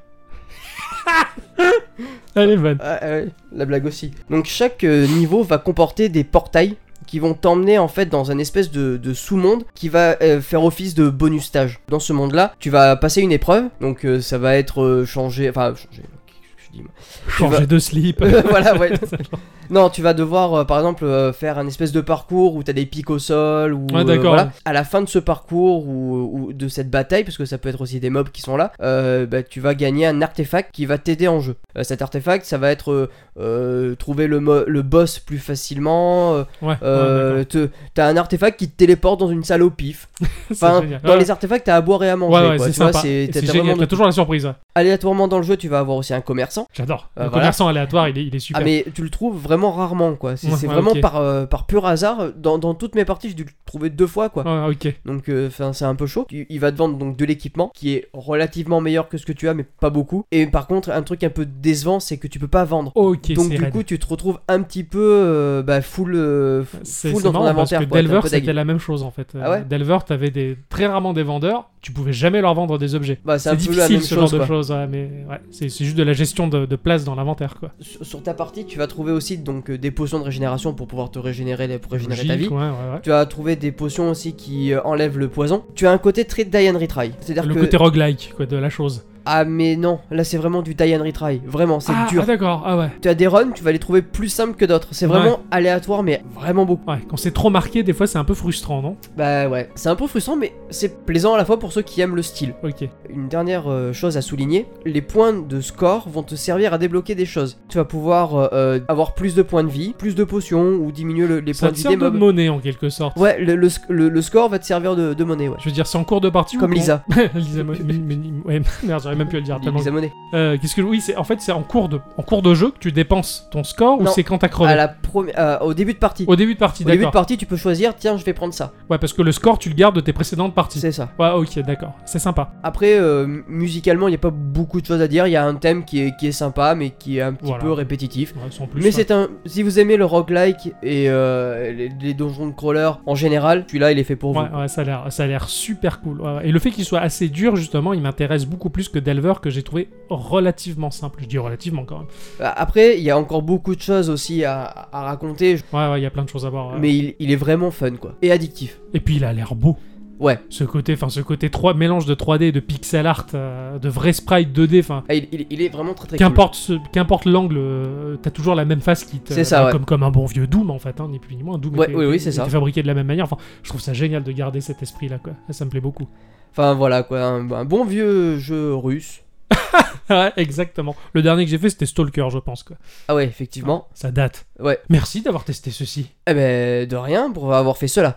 [SPEAKER 3] Allez, van.
[SPEAKER 2] Ah, ah ouais, la blague aussi. Donc chaque euh, niveau va comporter des portails qui vont t'emmener en fait dans un espèce de, de sous-monde qui va euh, faire office de bonus stage. Dans ce monde-là, tu vas passer une épreuve, donc euh, ça va être euh, changé, enfin changé. qu'est-ce que je dis, moi
[SPEAKER 3] Changer
[SPEAKER 2] vas-
[SPEAKER 3] de slip.
[SPEAKER 2] Euh, voilà, ouais.
[SPEAKER 3] C'est genre-
[SPEAKER 2] Non, tu vas devoir, euh, par exemple, euh, faire un espèce de parcours où t'as des pics au sol, ou euh,
[SPEAKER 3] Ouais, d'accord.
[SPEAKER 2] voilà. À la fin de ce parcours ou, ou de cette bataille, parce que ça peut être aussi des mobs qui sont là, euh, bah, tu vas gagner un artefact qui va t'aider en jeu. Euh, cet artefact, ça va être euh, euh, trouver le, mo- le boss plus facilement. euh,
[SPEAKER 3] Ouais, ouais,
[SPEAKER 2] euh, te- t'as un artefact qui te téléporte dans une salle au pif.
[SPEAKER 3] d'accord. C'est
[SPEAKER 2] Enfin,
[SPEAKER 3] génial.
[SPEAKER 2] dans
[SPEAKER 3] Ouais.
[SPEAKER 2] les artefacts, t'as à boire et à manger.
[SPEAKER 3] Ouais, ouais,
[SPEAKER 2] quoi,
[SPEAKER 3] c'est
[SPEAKER 2] tu vois,
[SPEAKER 3] sympa.
[SPEAKER 2] c'est-
[SPEAKER 3] Et
[SPEAKER 2] t'as-
[SPEAKER 3] C'est
[SPEAKER 2] t'as
[SPEAKER 3] génial.
[SPEAKER 2] vraiment
[SPEAKER 3] T'as
[SPEAKER 2] de-
[SPEAKER 3] toujours la surprise. ouais.
[SPEAKER 2] Aléatoirement dans le jeu, tu vas avoir aussi un commerçant.
[SPEAKER 3] J'adore.
[SPEAKER 2] Euh,
[SPEAKER 3] Le
[SPEAKER 2] voilà.
[SPEAKER 3] commerçant aléatoire, il est, il est super.
[SPEAKER 2] Ah mais tu le trouves vraiment rarement quoi. C'est
[SPEAKER 3] Ouais,
[SPEAKER 2] c'est
[SPEAKER 3] ouais,
[SPEAKER 2] vraiment
[SPEAKER 3] ok.
[SPEAKER 2] par, euh, par pur hasard. Dans, dans toutes mes parties, j'ai dû le trouver deux fois quoi.
[SPEAKER 3] Ouais, ok.
[SPEAKER 2] Donc euh, 'fin, c'est un peu chaud. Il il va te vendre donc de l'équipement qui est relativement meilleur que ce que tu as, mais pas beaucoup. Et par contre, un truc un peu décevant, c'est que tu peux pas vendre.
[SPEAKER 3] Ok,
[SPEAKER 2] donc
[SPEAKER 3] c'est
[SPEAKER 2] du
[SPEAKER 3] raide.
[SPEAKER 2] coup, tu te retrouves un petit peu euh, bah, full, euh, f-
[SPEAKER 3] C'est
[SPEAKER 2] full
[SPEAKER 3] c'est
[SPEAKER 2] dans ton
[SPEAKER 3] marrant parce que
[SPEAKER 2] inventaire. quoi. T'es un
[SPEAKER 3] Delver
[SPEAKER 2] peu
[SPEAKER 3] c'était
[SPEAKER 2] deg.
[SPEAKER 3] la même chose en fait. Euh,
[SPEAKER 2] Ah ouais
[SPEAKER 3] Delver t'avais des, très rarement des vendeurs, tu pouvais jamais leur vendre des objets.
[SPEAKER 2] Bah, c'est un
[SPEAKER 3] C'est
[SPEAKER 2] peu la même
[SPEAKER 3] difficile ce
[SPEAKER 2] chose.
[SPEAKER 3] genre de
[SPEAKER 2] quoi.
[SPEAKER 3] choses, ouais, mais ouais, c'est c'est juste de la gestion de, de place dans l'inventaire quoi.
[SPEAKER 2] Sur sur ta partie, tu vas trouver aussi donc euh, des potions de régénération pour pouvoir te régénérer, les- pour régénérer ta vie.
[SPEAKER 3] Logique, ouais, ouais, ouais.
[SPEAKER 2] Tu as trouvé des potions aussi qui euh, enlèvent le poison. Tu as un côté très die and retry. C'est-à-dire
[SPEAKER 3] Le
[SPEAKER 2] que.
[SPEAKER 3] côté roguelike quoi, de la chose.
[SPEAKER 2] Ah, mais non, là c'est vraiment du die and retry. Vraiment, c'est
[SPEAKER 3] Ah,
[SPEAKER 2] dur.
[SPEAKER 3] ah, d'accord, ah ouais.
[SPEAKER 2] tu as des runs, tu vas les trouver plus simples que d'autres. C'est vraiment aléatoire, mais vraiment beaucoup.
[SPEAKER 3] Ouais, quand c'est trop marqué, des fois c'est un peu frustrant, non
[SPEAKER 2] Bah ouais, c'est un peu frustrant, mais c'est plaisant à la fois pour ceux qui aiment le style.
[SPEAKER 3] Ok.
[SPEAKER 2] Une dernière euh, chose à souligner, les points de score vont te servir à débloquer des choses. Tu vas pouvoir euh, euh, avoir plus de points de vie, plus de potions, ou diminuer le- les
[SPEAKER 3] Ça
[SPEAKER 2] points
[SPEAKER 3] te
[SPEAKER 2] de vie
[SPEAKER 3] sert
[SPEAKER 2] des
[SPEAKER 3] de
[SPEAKER 2] mobs.
[SPEAKER 3] monnaie en quelque sorte.
[SPEAKER 2] Ouais, le, le sc- le- le score va te servir de, de monnaie, ouais.
[SPEAKER 3] Je veux dire, c'est en cours de partie ou
[SPEAKER 2] Comme
[SPEAKER 3] quand-
[SPEAKER 2] Lisa.
[SPEAKER 3] Lisa, Mo- mi- mi- ouais, merde, j'aurais même pu le dire. tellement-
[SPEAKER 2] Lisa Monet.
[SPEAKER 3] Euh, Qu'est-ce que oui, c'est en fait c'est en cours de en cours de jeu que tu dépenses ton score ou
[SPEAKER 2] Non.
[SPEAKER 3] c'est quand t'as crevé
[SPEAKER 2] À la première, euh, au début de partie.
[SPEAKER 3] Au début de partie,
[SPEAKER 2] Au début de
[SPEAKER 3] d'accord.
[SPEAKER 2] partie, tu peux choisir, tiens, je vais prendre ça.
[SPEAKER 3] Ouais, parce que le score, tu le gardes de tes précédentes parties.
[SPEAKER 2] C'est ça.
[SPEAKER 3] Ouais, ok, d'accord. C'est sympa.
[SPEAKER 2] Après, euh, musicalement, il n'y a pas beaucoup de choses à dire. Il y a un thème qui est, qui est sympa, mais qui est un petit
[SPEAKER 3] Voilà.
[SPEAKER 2] peu répétitif.
[SPEAKER 3] Ouais, sans plus.
[SPEAKER 2] mais
[SPEAKER 3] ouais.
[SPEAKER 2] c'est un. Si vous aimez le roguelike et euh, les, les donjons de crawler en général, celui-là, il est fait pour
[SPEAKER 3] Ouais,
[SPEAKER 2] vous.
[SPEAKER 3] ouais, ça a l'air, ça a l'air super cool. Ouais, ouais. Et le fait qu'il soit assez dur, justement, il m'intéresse beaucoup plus que d'Elver que j'ai trouvé relativement simple. Je dis relativement quand même.
[SPEAKER 2] Bah, Après, il y a encore beaucoup de choses aussi à, à raconter,
[SPEAKER 3] Ouais, ouais, il y a plein de choses à voir. ouais.
[SPEAKER 2] mais il, il est vraiment fun, quoi. Et addictif.
[SPEAKER 3] Et puis il a l'air beau.
[SPEAKER 2] Ouais.
[SPEAKER 3] Ce côté, enfin ce côté 3, mélange de 3D, et de pixel art, euh, de vrai sprite 2D, enfin
[SPEAKER 2] Ah, il, il- il est vraiment très très cool.
[SPEAKER 3] Qu'importe ce- qu'importe l'angle, euh, t'as toujours la même face qui te.
[SPEAKER 2] C'est ça,
[SPEAKER 3] bah,
[SPEAKER 2] ouais.
[SPEAKER 3] Comme, comme un bon vieux Doom, en fait, hein, ni plus ni moins. Doom
[SPEAKER 2] Ouais,
[SPEAKER 3] était,
[SPEAKER 2] oui, oui,
[SPEAKER 3] était-
[SPEAKER 2] c'est ça.
[SPEAKER 3] était fabriqué de la même manière. Enfin, je trouve ça génial de garder cet esprit-là, quoi. Ça, ça me plaît beaucoup.
[SPEAKER 2] Enfin voilà, quoi. Un, un bon vieux jeu russe.
[SPEAKER 3] Ouais, exactement. Le dernier que j'ai fait, c'était Stalker, je pense, quoi.
[SPEAKER 2] Ah ouais, effectivement.
[SPEAKER 3] Ça date.
[SPEAKER 2] Ouais.
[SPEAKER 3] Merci d'avoir testé ceci.
[SPEAKER 2] Eh ben, de rien pour avoir fait cela.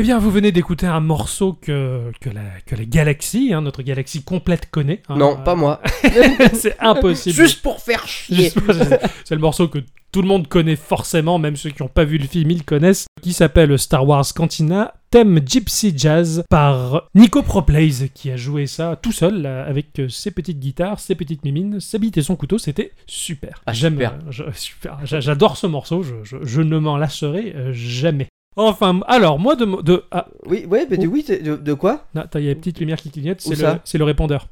[SPEAKER 3] Eh bien, vous venez d'écouter un morceau que, que, la, que la galaxie, hein, notre galaxie complète connaît. hein.
[SPEAKER 2] non,
[SPEAKER 3] Euh,
[SPEAKER 2] pas moi.
[SPEAKER 3] C'est impossible.
[SPEAKER 2] Juste pour faire chier.
[SPEAKER 3] Juste- C'est le morceau que tout le monde connaît forcément, même ceux qui n'ont pas vu le film, ils le connaissent, qui s'appelle Star Wars Cantina, thème Gypsy Jazz par Nico Proplays, qui a joué ça tout seul, là, avec euh, ses petites guitares, ses petites mimines, ses bites et son couteau, c'était super.
[SPEAKER 2] Ah,
[SPEAKER 3] J'aime,
[SPEAKER 2] super.
[SPEAKER 3] euh, je- super. J'a- J'adore ce morceau, je, je- je ne m'en lasserai euh, jamais. Enfin, alors, moi de... mo- de ah,
[SPEAKER 2] Oui, ouais, mais de, oui, de, de- de quoi
[SPEAKER 3] non, attends, il y a une petite lumière qui clignote,
[SPEAKER 2] Où
[SPEAKER 3] c'est le,
[SPEAKER 2] ça
[SPEAKER 3] c'est le répondeur.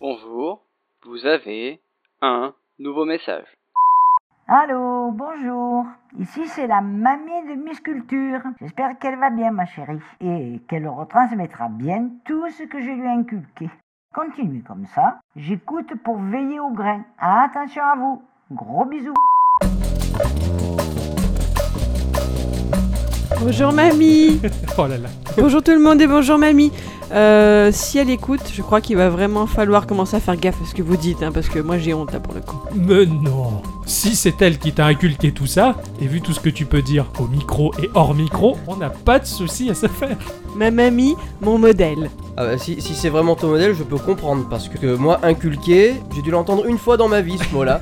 [SPEAKER 2] Bonjour, vous avez un nouveau message.
[SPEAKER 6] Allô, bonjour. Ici, c'est la mamie de Miss Culture. J'espère qu'elle va bien, ma chérie, et qu'elle retransmettra bien tout ce que je lui ai inculqué. Continue comme ça. J'écoute pour veiller au grain. Attention à vous. Gros bisous.
[SPEAKER 7] Bonjour mamie
[SPEAKER 3] Oh là là.
[SPEAKER 7] Bonjour tout le monde et bonjour mamie Euh, Si elle écoute, je crois qu'il va vraiment falloir commencer à faire gaffe à ce que vous dites, hein, parce que moi j'ai honte là pour le coup.
[SPEAKER 3] Mais non Si c'est elle qui t'a inculqué tout ça, et vu tout ce que tu peux dire au micro et hors micro, on n'a pas de souci à se faire.
[SPEAKER 7] Ma mamie, mon modèle.
[SPEAKER 2] Ah bah, si, si c'est vraiment ton modèle, je peux comprendre parce que moi, inculqué, j'ai dû l'entendre une fois dans ma vie ce mot-là.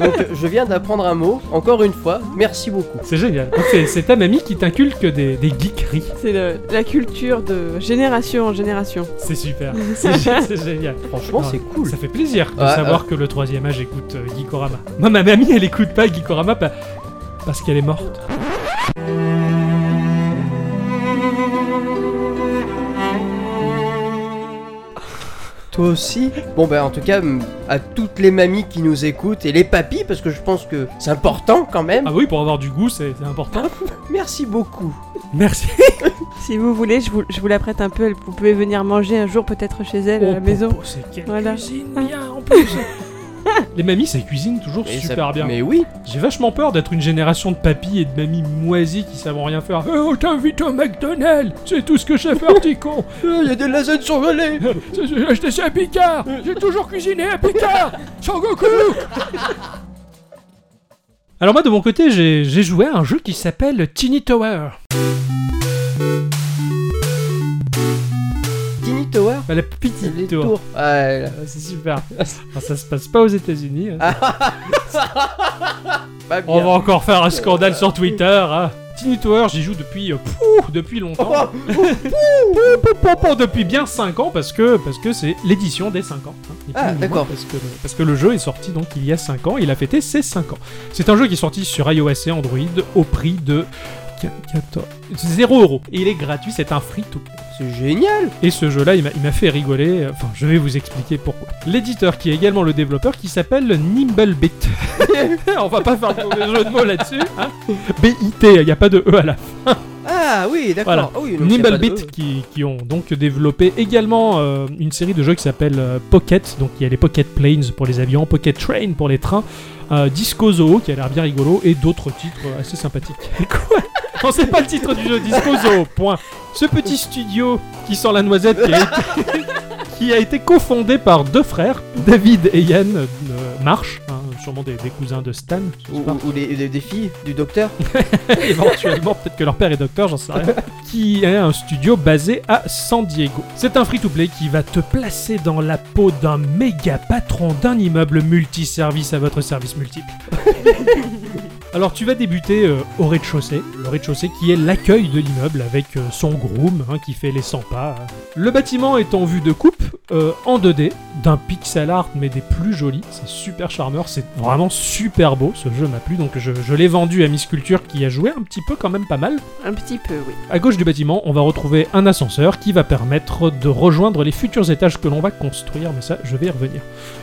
[SPEAKER 2] Donc je viens d'apprendre un mot, encore une fois, merci beaucoup.
[SPEAKER 3] C'est génial. Donc c'est- C'est ta mamie qui t'inculque des, des geekeries.
[SPEAKER 7] C'est le- la culture de génération en génération.
[SPEAKER 3] C'est super. C'est gé- c'est génial.
[SPEAKER 2] Franchement,
[SPEAKER 3] Non,
[SPEAKER 2] c'est cool.
[SPEAKER 3] Ça fait plaisir de
[SPEAKER 2] Ouais,
[SPEAKER 3] savoir que le troisième âge écoute euh, Geekorama. Moi, ma mamie, elle écoute pas Geekorama pa- parce qu'elle est morte.
[SPEAKER 2] Toi aussi Bon bah en tout cas, m- à toutes les mamies qui nous écoutent et les papis, parce que je pense que c'est important quand même,
[SPEAKER 3] Ah oui, pour avoir du goût, c'est c'est
[SPEAKER 2] Ah
[SPEAKER 3] important.
[SPEAKER 2] merci beaucoup.
[SPEAKER 3] Merci.
[SPEAKER 7] Si vous voulez, je vous, je vous la prête un peu, elle- vous pouvez venir manger un jour peut-être chez elle à
[SPEAKER 3] Oh,
[SPEAKER 7] la maison.
[SPEAKER 3] Popo, c'est quelle
[SPEAKER 7] Voilà.
[SPEAKER 3] cuisine bien en plus. Les mamies, c'est cuisine toujours
[SPEAKER 2] Mais ça-
[SPEAKER 3] super bien.
[SPEAKER 2] Mais oui,
[SPEAKER 3] J'ai vachement peur d'être une génération de papy et de mamies moisies qui savent rien faire. Eh, on t'invite au McDonald's, c'est tout ce que je sais faire, petit con.
[SPEAKER 2] il Euh, y a de la zone surgelée
[SPEAKER 3] C'est- J'ai acheté ça à Picard, j'ai toujours cuisiné à Picard, sans Goku. Alors moi de mon côté, j'ai j'ai joué à un jeu qui s'appelle Tiny Tower.
[SPEAKER 2] Tiny Tower
[SPEAKER 3] Bah, la petite
[SPEAKER 2] Les
[SPEAKER 3] tour.
[SPEAKER 2] tours. Ouais, là.
[SPEAKER 3] Ah, C'est super. Alors, ça se passe pas aux États-Unis. hein.
[SPEAKER 2] Pas
[SPEAKER 3] On
[SPEAKER 2] bien.
[SPEAKER 3] va encore faire un scandale sur Twitter. hein. Tiny Tower, j'y joue depuis euh, pouf, depuis longtemps.
[SPEAKER 2] Oh,
[SPEAKER 3] Pou, pou, pou, depuis bien 5 ans parce que parce que c'est l'édition des 5 ans. hein, ni plus
[SPEAKER 2] Ah,
[SPEAKER 3] ni
[SPEAKER 2] d'accord.
[SPEAKER 3] moins, Parce que, parce que le jeu est sorti donc il y a 5 ans, il a fêté ses 5 ans. C'est un jeu qui est sorti sur iOS et Android au prix de 14... 0 euros. Et il est gratuit, c'est un free to play.
[SPEAKER 2] C'est génial
[SPEAKER 3] Et ce jeu-là, il m'a- il m'a fait rigoler. Enfin, je vais vous expliquer pourquoi. L'éditeur qui est également le développeur qui s'appelle Nimblebit. On va pas faire de mauvais jeu de mots là-dessus. Hein B-I-T, il n'y a pas de E à la
[SPEAKER 2] Ah oui, d'accord.
[SPEAKER 3] Voilà.
[SPEAKER 2] Ah oui, donc il y a pas de-
[SPEAKER 3] Nimblebit qui, qui ont donc développé également euh, une série de jeux qui s'appelle euh, Pocket. Donc il y a les Pocket Planes pour les avions, Pocket Train pour les trains, euh, Disco Zoo qui a l'air bien rigolo et d'autres titres euh, assez sympathiques. Quoi Non, c'est pas le titre du jeu, Disco Zoo, point. Ce petit studio qui sent la noisette qui a été, qui a été cofondé par deux frères, David et Yann euh, Marsh, hein, sûrement des, des cousins de Stan, je sais
[SPEAKER 2] Ou,
[SPEAKER 3] pas
[SPEAKER 2] ou- ou des, des- des filles du docteur
[SPEAKER 3] éventuellement, peut-être que leur père est docteur, j'en sais rien, qui est un studio basé à San Diego. C'est un free-to-play qui va te placer dans la peau d'un méga patron d'un immeuble multiservice à votre service multiple. Alors tu vas débuter euh, au rez-de-chaussée, le rez-de-chaussée qui est l'accueil de l'immeuble avec euh, son groom hein, qui fait les 100 pas. hein. Le bâtiment est en vue de coupe, euh, en 2D, d'un pixel art mais des plus jolis, c'est super charmeur, c'est vraiment super beau, ce jeu m'a plu, donc je, je l'ai vendu à Miss Culture qui a joué un petit peu quand même pas mal.
[SPEAKER 7] Un petit peu, oui.
[SPEAKER 3] À gauche du bâtiment, on va retrouver un ascenseur qui va permettre de rejoindre les futurs étages que l'on va construire, mais ça, je vais y revenir.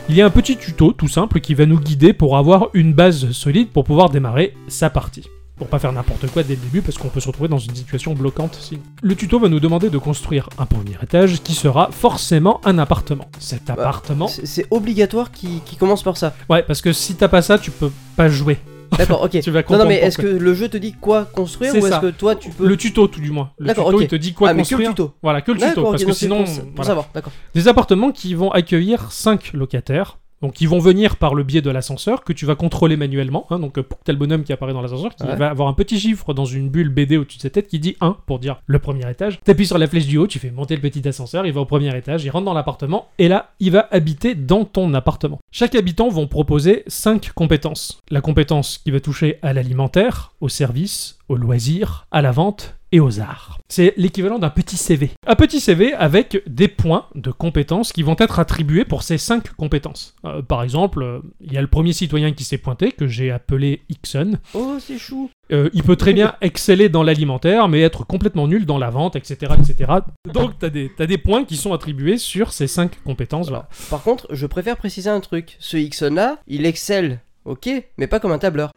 [SPEAKER 3] Il y a un petit tuto tout simple qui va nous guider pour avoir une base solide pour pouvoir démarrer sa partie. Pour pas faire n'importe quoi dès le début, parce qu'on peut se retrouver dans une situation bloquante sinon. Le tuto va nous demander de construire un premier étage qui sera forcément un appartement.
[SPEAKER 2] Bah,
[SPEAKER 3] Cet appartement.
[SPEAKER 2] C'est c'est obligatoire qui, qui commence par ça.
[SPEAKER 3] Ouais, parce que si t'as pas ça, tu peux pas jouer.
[SPEAKER 2] D'accord, ok.
[SPEAKER 3] Tu vas
[SPEAKER 2] non,
[SPEAKER 3] comprendre.
[SPEAKER 2] non, mais est-ce que
[SPEAKER 3] pourquoi.
[SPEAKER 2] le jeu te dit quoi construire
[SPEAKER 3] C'est
[SPEAKER 2] ou est-ce
[SPEAKER 3] ça.
[SPEAKER 2] que toi tu peux.
[SPEAKER 3] Le tuto, tout du moins. Le tuto,
[SPEAKER 2] D'accord, ok.
[SPEAKER 3] il te dit quoi
[SPEAKER 2] ah, mais que
[SPEAKER 3] construire.
[SPEAKER 2] le tuto.
[SPEAKER 3] Voilà, que le tuto.
[SPEAKER 2] D'accord, ok,
[SPEAKER 3] parce que
[SPEAKER 2] non, c'est
[SPEAKER 3] sinon.
[SPEAKER 2] Pour, pour
[SPEAKER 3] voilà.
[SPEAKER 2] savoir, d'accord.
[SPEAKER 3] Des appartements qui vont accueillir 5 locataires. Donc ils vont venir par le biais de l'ascenseur que tu vas contrôler manuellement. hein. donc euh, pour que t'as le bonhomme qui apparaît dans l'ascenseur, qui
[SPEAKER 2] Ouais.
[SPEAKER 3] va avoir un petit chiffre dans une bulle BD au-dessus de sa tête qui dit 1 pour dire le premier étage. T'appuies sur la flèche du haut, tu fais monter le petit ascenseur, il va au premier étage, il rentre dans l'appartement et là il va habiter dans ton appartement. Chaque habitant vont proposer 5 compétences. La compétence qui va toucher à l'alimentaire, au service, au loisir, à la vente et aux arts. C'est l'équivalent d'un petit CV. Un petit CV avec des points de compétences qui vont être attribués pour ces cinq compétences. Euh, par exemple, euh, il y a le premier citoyen qui s'est pointé, que j'ai appelé Ixon.
[SPEAKER 2] Oh, c'est chou.
[SPEAKER 3] Euh, il peut très bien exceller dans l'alimentaire, mais être complètement nul dans la vente, etc. etc. Donc, tu as, des points qui sont attribués sur ces cinq compétences. Voilà.
[SPEAKER 2] Par contre, je préfère préciser un truc. Ce Ixon là, il excelle, ok, mais pas comme un tableur.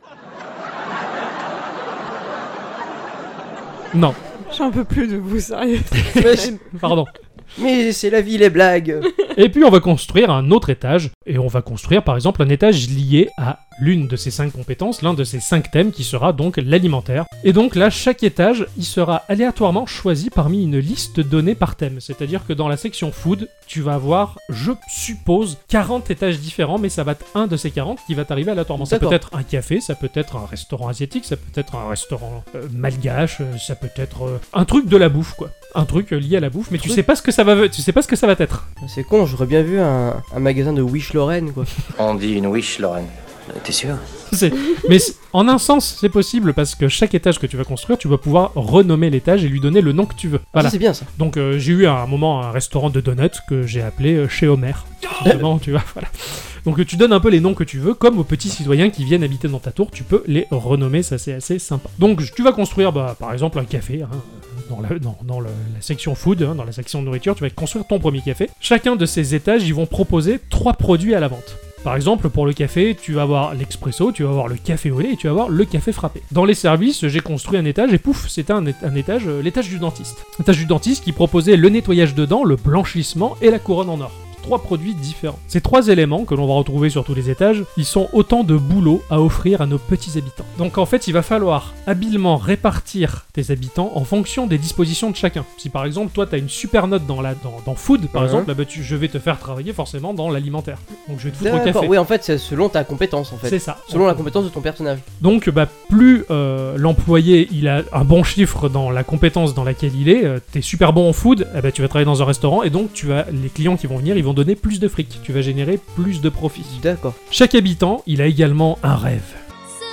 [SPEAKER 3] Non,
[SPEAKER 7] J'en peux plus de vous, sérieux.
[SPEAKER 2] mais
[SPEAKER 3] pardon.
[SPEAKER 2] mais c'est la vie, les blagues.
[SPEAKER 3] Et puis on va construire un autre étage, et on va construire par exemple un étage lié à l'une de ces cinq compétences, l'un de ces cinq thèmes qui sera donc l'alimentaire. Et donc là, chaque étage, il sera aléatoirement choisi parmi une liste donnée par thème. C'est-à-dire que dans la section food, tu vas avoir, je suppose, 40 étages différents, mais ça va être un de ces 40 qui va t'arriver aléatoirement. Ça peut
[SPEAKER 2] D'accord.
[SPEAKER 3] être un café, ça peut être un restaurant asiatique, ça peut être un restaurant euh, malgache, euh, ça peut être euh, un truc de la bouffe, quoi. Un truc euh, lié à la bouffe, mais tu
[SPEAKER 2] Truc.
[SPEAKER 3] sais pas ce que ça va, tu sais pas ce que ça va être.
[SPEAKER 2] C'est con, j'aurais bien vu un, un magasin de Wish Lorraine quoi.
[SPEAKER 8] On dit une wish, Lauren. T'es sûr
[SPEAKER 3] C'est- Mais c- en un sens, c'est possible parce que chaque étage que tu vas construire, tu vas pouvoir renommer l'étage et lui donner le nom que tu veux.
[SPEAKER 2] Voilà.
[SPEAKER 3] Voilà.
[SPEAKER 2] Ah, c'est bien ça.
[SPEAKER 3] Donc euh, j'ai eu à un moment un restaurant de donuts que j'ai appelé euh, chez Homer. Justement, tu vois, voilà. Donc euh, tu donnes un peu les noms que tu veux, comme aux petits citoyens qui viennent habiter dans ta tour, tu peux les renommer, ça c'est assez sympa. Donc tu vas construire, bah, par exemple, un café. hein, dans, la, dans- dans le- la section food, hein, dans la section nourriture, tu vas construire ton premier café. Chacun de ces étages, ils vont proposer trois produits à la vente. Par exemple, pour le café, tu vas avoir l'expresso, tu vas avoir le café au lait et tu vas avoir le café frappé. Dans les services, j'ai construit un étage et pouf, c'était un, é- un étage, euh, l'étage du dentiste. L'étage du dentiste qui proposait le nettoyage de dents, le blanchissement et la couronne en or. Trois produits différents. Ces trois éléments que l'on va retrouver sur tous les étages, ils sont autant de boulot à offrir à nos petits habitants. Donc en fait, il va falloir habilement répartir tes habitants en fonction des dispositions de chacun. Si par exemple, toi, t'as une super note dans, la, dans, dans food, par
[SPEAKER 2] Ouais.
[SPEAKER 3] exemple, là, bah, tu- je vais te faire travailler forcément dans l'alimentaire. Donc je vais te foutre au café.
[SPEAKER 2] D'accord. Oui, en fait, c'est selon ta compétence en fait.
[SPEAKER 3] C'est ça.
[SPEAKER 2] Selon la compétence de ton personnage.
[SPEAKER 3] Donc, bah, plus euh, l'employé il a un bon chiffre dans la compétence dans laquelle il est, euh, t'es super bon en food, eh ben, tu vas travailler dans un restaurant et donc tu vas, les clients qui vont venir, ils vont donner plus de fric, tu vas générer plus de profit.
[SPEAKER 2] D'accord.
[SPEAKER 3] Chaque habitant, il a également un rêve.
[SPEAKER 9] Ne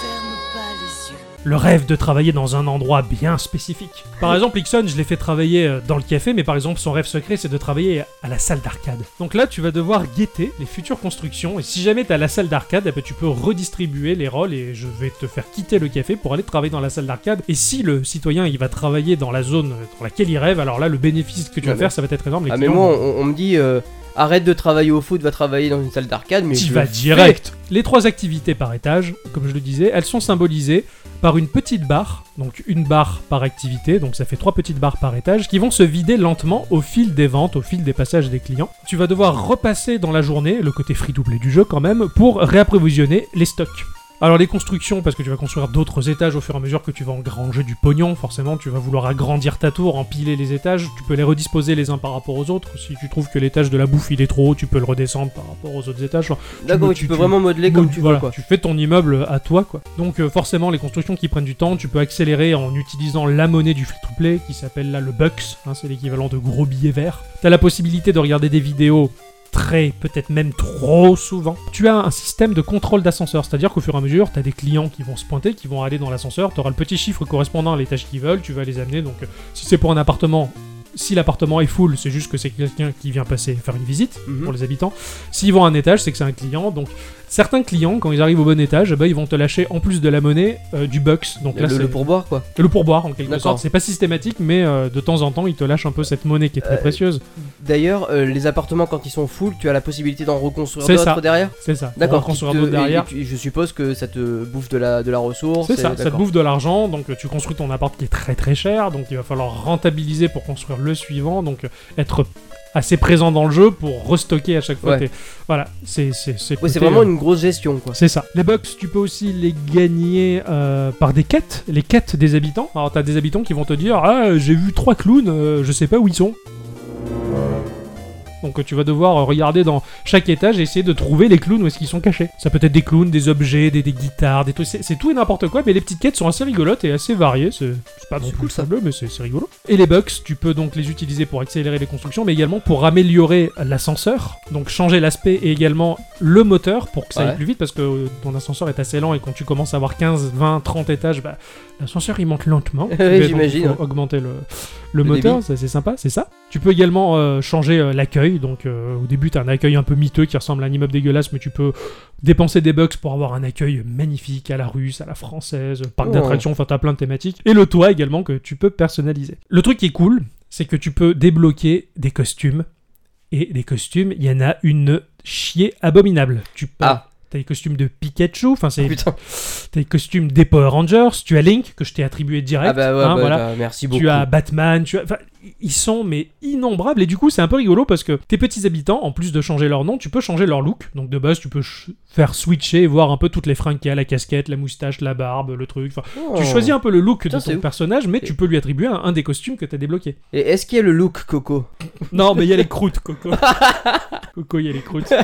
[SPEAKER 9] ferme pas les yeux.
[SPEAKER 3] le rêve de travailler dans un endroit bien spécifique. Par exemple, Ixon, je l'ai fait travailler euh, dans le café, mais par exemple, son rêve secret, c'est de travailler à la salle d'arcade. Donc là, tu vas devoir guetter les futures constructions, et si jamais t'as la salle d'arcade, eh ben, tu peux redistribuer les rôles, et je vais te faire quitter le café pour aller travailler dans la salle d'arcade. Et si le citoyen, il va travailler dans la zone euh, dans laquelle il rêve, alors là, le bénéfice que
[SPEAKER 2] Ah,
[SPEAKER 3] tu vas
[SPEAKER 2] mais-
[SPEAKER 3] faire, ça va être énorme. les
[SPEAKER 2] Ah mais
[SPEAKER 3] clients
[SPEAKER 2] moi
[SPEAKER 3] vont-
[SPEAKER 2] on, on me dit euh, arrête de travailler au foot, va travailler dans une salle d'arcade mais
[SPEAKER 3] T'y
[SPEAKER 2] je
[SPEAKER 3] vas
[SPEAKER 2] le
[SPEAKER 3] direct. Les trois activités par étage, comme je le disais, elles sont symbolisées par une petite barre, donc une barre par activité, donc ça fait trois petites barres par étage, qui vont se vider lentement au fil des ventes, au fil des passages des clients. Tu vas devoir repasser dans la journée, le côté free doublé du jeu quand même, pour réapprovisionner les stocks. Alors les constructions, parce que tu vas construire d'autres étages au fur et à mesure que tu vas engranger du pognon, forcément tu vas vouloir agrandir ta tour, empiler les étages, tu peux les redisposer les uns par rapport aux autres, si tu trouves que l'étage de la bouffe il est trop haut, tu peux le redescendre par rapport aux autres étages,
[SPEAKER 2] fais. D'accord,
[SPEAKER 3] me-
[SPEAKER 2] tu,
[SPEAKER 3] tu-
[SPEAKER 2] peux
[SPEAKER 3] tu-
[SPEAKER 2] vraiment modeler comme
[SPEAKER 3] Bon,
[SPEAKER 2] tu
[SPEAKER 3] voilà,
[SPEAKER 2] veux quoi.
[SPEAKER 3] Tu fais ton immeuble à toi, quoi. Donc euh, forcément, les constructions qui prennent du temps, tu peux accélérer en utilisant la monnaie du free-to-play, qui s'appelle là le bucks, hein, c'est l'équivalent de gros billets verts. T'as la possibilité de regarder des vidéos très, peut-être même trop souvent. Tu as un système de contrôle d'ascenseur, c'est-à-dire qu'au fur et à mesure, t'as des clients qui vont se pointer, qui vont aller dans l'ascenseur, t'auras le petit chiffre correspondant à l'étage qu'ils veulent, tu vas les amener, donc euh, si c'est pour un appartement... Si l'appartement est full, c'est juste que c'est quelqu'un qui vient passer faire une visite
[SPEAKER 2] Mhm.
[SPEAKER 3] pour les habitants. S'ils vont à un étage, c'est que c'est un client. Donc certains clients, quand ils arrivent au bon étage, eh ben, ils vont te lâcher en plus de la monnaie euh, du bucks. Donc
[SPEAKER 2] Le,
[SPEAKER 3] là,
[SPEAKER 2] le
[SPEAKER 3] c'est
[SPEAKER 2] pourboire quoi.
[SPEAKER 3] le pourboire en quelque
[SPEAKER 2] D'accord.
[SPEAKER 3] sorte. C'est pas systématique, mais euh, de temps en temps, ils te lâchent un peu cette monnaie qui est très
[SPEAKER 2] Euh,
[SPEAKER 3] précieuse.
[SPEAKER 2] D'ailleurs, euh, les appartements quand ils sont full, tu as la possibilité d'en reconstruire
[SPEAKER 3] C'est ça.
[SPEAKER 2] d'autres derrière.
[SPEAKER 3] C'est ça. Pour
[SPEAKER 2] D'accord.
[SPEAKER 3] reconstruire
[SPEAKER 2] qui te-
[SPEAKER 3] d'autres derrière.
[SPEAKER 2] et tu- je suppose que ça te bouffe de la de la ressource.
[SPEAKER 3] C'est
[SPEAKER 2] et-
[SPEAKER 3] ça, ça te
[SPEAKER 2] d'accord.
[SPEAKER 3] bouffe de l'argent, donc euh, tu construis ton appart qui est très très cher, donc il va falloir rentabiliser pour construire le suivant, donc euh, être assez présent dans le jeu pour restocker à chaque fois.
[SPEAKER 2] Ouais.
[SPEAKER 3] tes- Voilà, c'est c'est c'est
[SPEAKER 2] Ouais, c'est
[SPEAKER 3] côté,
[SPEAKER 2] vraiment
[SPEAKER 3] euh,
[SPEAKER 2] une grosse gestion quoi.
[SPEAKER 3] C'est ça. Les bucks, tu peux aussi les gagner euh, par des quêtes, les quêtes des habitants. Alors t'as des habitants qui vont te dire ah j'ai vu trois clowns, euh, je sais pas où ils sont. Donc euh, tu vas devoir euh, regarder dans chaque étage et essayer de trouver les clowns où est-ce qu'ils sont cachés. Ça peut être des clowns, des objets, des, des guitares, des trucs. C'est c'est tout et n'importe quoi, mais les petites quêtes sont assez rigolotes et assez variées. C'est c'est pas non
[SPEAKER 2] C'est
[SPEAKER 3] plus
[SPEAKER 2] cool, ça.
[SPEAKER 3] bleu, mais c'est c'est rigolo. Et les bucks, tu peux donc les utiliser pour accélérer les constructions, mais également pour améliorer l'ascenseur. Donc changer l'aspect et également le moteur pour que ça
[SPEAKER 2] Ouais.
[SPEAKER 3] aille plus vite parce que euh, ton ascenseur est assez lent et quand tu commences à avoir 15, 20, 30 étages, bah, l'ascenseur il monte lentement.
[SPEAKER 2] Oui,
[SPEAKER 3] Mais donc,
[SPEAKER 2] j'imagine,
[SPEAKER 3] il faut
[SPEAKER 2] ouais.
[SPEAKER 3] Augmenter le, le
[SPEAKER 2] Le
[SPEAKER 3] moteur,
[SPEAKER 2] débit.
[SPEAKER 3] ça, c'est sympa, c'est ça. Tu peux également euh, changer euh, l'accueil. Donc euh, au début, t'as un accueil un peu miteux qui ressemble à un immeuble dégueulasse, mais tu peux dépenser des bucks pour avoir un accueil magnifique à la russe, à la française, parc
[SPEAKER 2] Oh.
[SPEAKER 3] d'attractions, enfin t'as plein de thématiques. Et le toit également que tu peux personnaliser. Le truc qui est cool, c'est que tu peux débloquer des costumes. Et des costumes, il y en a une chier abominable. Tu peux...
[SPEAKER 2] Ah.
[SPEAKER 3] T'as des costumes de Pikachu, enfin c'est
[SPEAKER 2] Putain.
[SPEAKER 3] t'as des costumes des Power Rangers, tu as Link que je t'ai attribué direct,
[SPEAKER 2] Ah bah ouais,
[SPEAKER 3] hein,
[SPEAKER 2] bah,
[SPEAKER 3] voilà.
[SPEAKER 2] bah, merci beaucoup.
[SPEAKER 3] Tu as Batman, tu as... enfin, ils sont mais innombrables et du coup c'est un peu rigolo parce que tes petits habitants, en plus de changer leur nom, tu peux changer leur look. Donc de base tu peux ch- faire switcher et voir un peu toutes les fringues qu'il y a, la casquette, la moustache, la barbe, le truc. Enfin,
[SPEAKER 2] Oh.
[SPEAKER 3] Tu choisis un peu le look
[SPEAKER 2] Putain,
[SPEAKER 3] de
[SPEAKER 2] c'est
[SPEAKER 3] ton
[SPEAKER 2] ouf.
[SPEAKER 3] personnage mais
[SPEAKER 2] Et-
[SPEAKER 3] tu peux lui attribuer un, un des costumes que t'as débloqué.
[SPEAKER 2] Et est-ce qu'il y a le look Coco
[SPEAKER 3] Non mais il y a les croûtes Coco. Coco il y a les croûtes.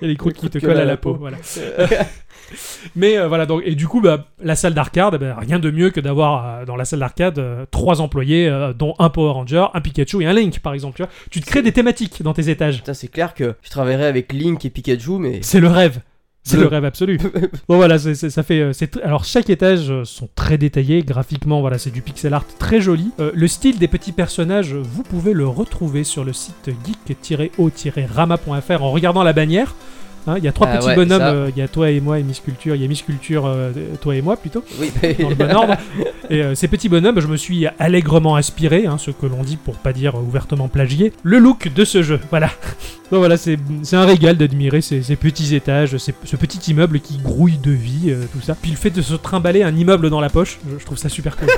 [SPEAKER 3] Il y a les croûtes qui te
[SPEAKER 2] croûtes
[SPEAKER 3] collent à la peau. Voilà. Mais euh, voilà, donc, et du coup, bah, la salle d'arcade, bah, rien de mieux que d'avoir euh, dans la salle d'arcade euh, trois employés, euh, dont un Power Ranger, un Pikachu et un Link, par exemple. Tu, vois. tu te crées des thématiques dans tes étages.
[SPEAKER 2] Putain, c'est clair que je travaillerai avec Link et Pikachu mais
[SPEAKER 3] C'est le rêve. C'est
[SPEAKER 2] Bleu.
[SPEAKER 3] le rêve absolu. bon voilà, c'est- c'est- ça fait. euh, c'est tr- alors chaque étage euh, sont très détaillés graphiquement. Voilà, c'est du pixel art très joli. Euh, le style des petits personnages, euh, vous pouvez le retrouver sur le site geek-o-rama.fr en regardant la bannière. Hein, Il y a trois
[SPEAKER 2] Ah
[SPEAKER 3] petits
[SPEAKER 2] ouais,
[SPEAKER 3] bonhommes.
[SPEAKER 2] ça.
[SPEAKER 3] euh, Il y a toi et moi et Miss Culture. Il y a Miss Culture, euh, toi et moi plutôt
[SPEAKER 2] oui. bah-
[SPEAKER 3] dans le bon ordre. Et euh, ces petits bonhommes, je me suis allègrement inspiré, hein, ce que l'on dit pour pas dire euh, ouvertement plagié, le look de ce jeu. Voilà. Donc voilà, c'est c'est un régal d'admirer ces, ces petits étages, ces- ce petit immeuble qui grouille de vie, euh, tout ça. Puis le fait de se trimballer un immeuble dans la poche, je, je trouve ça super cool.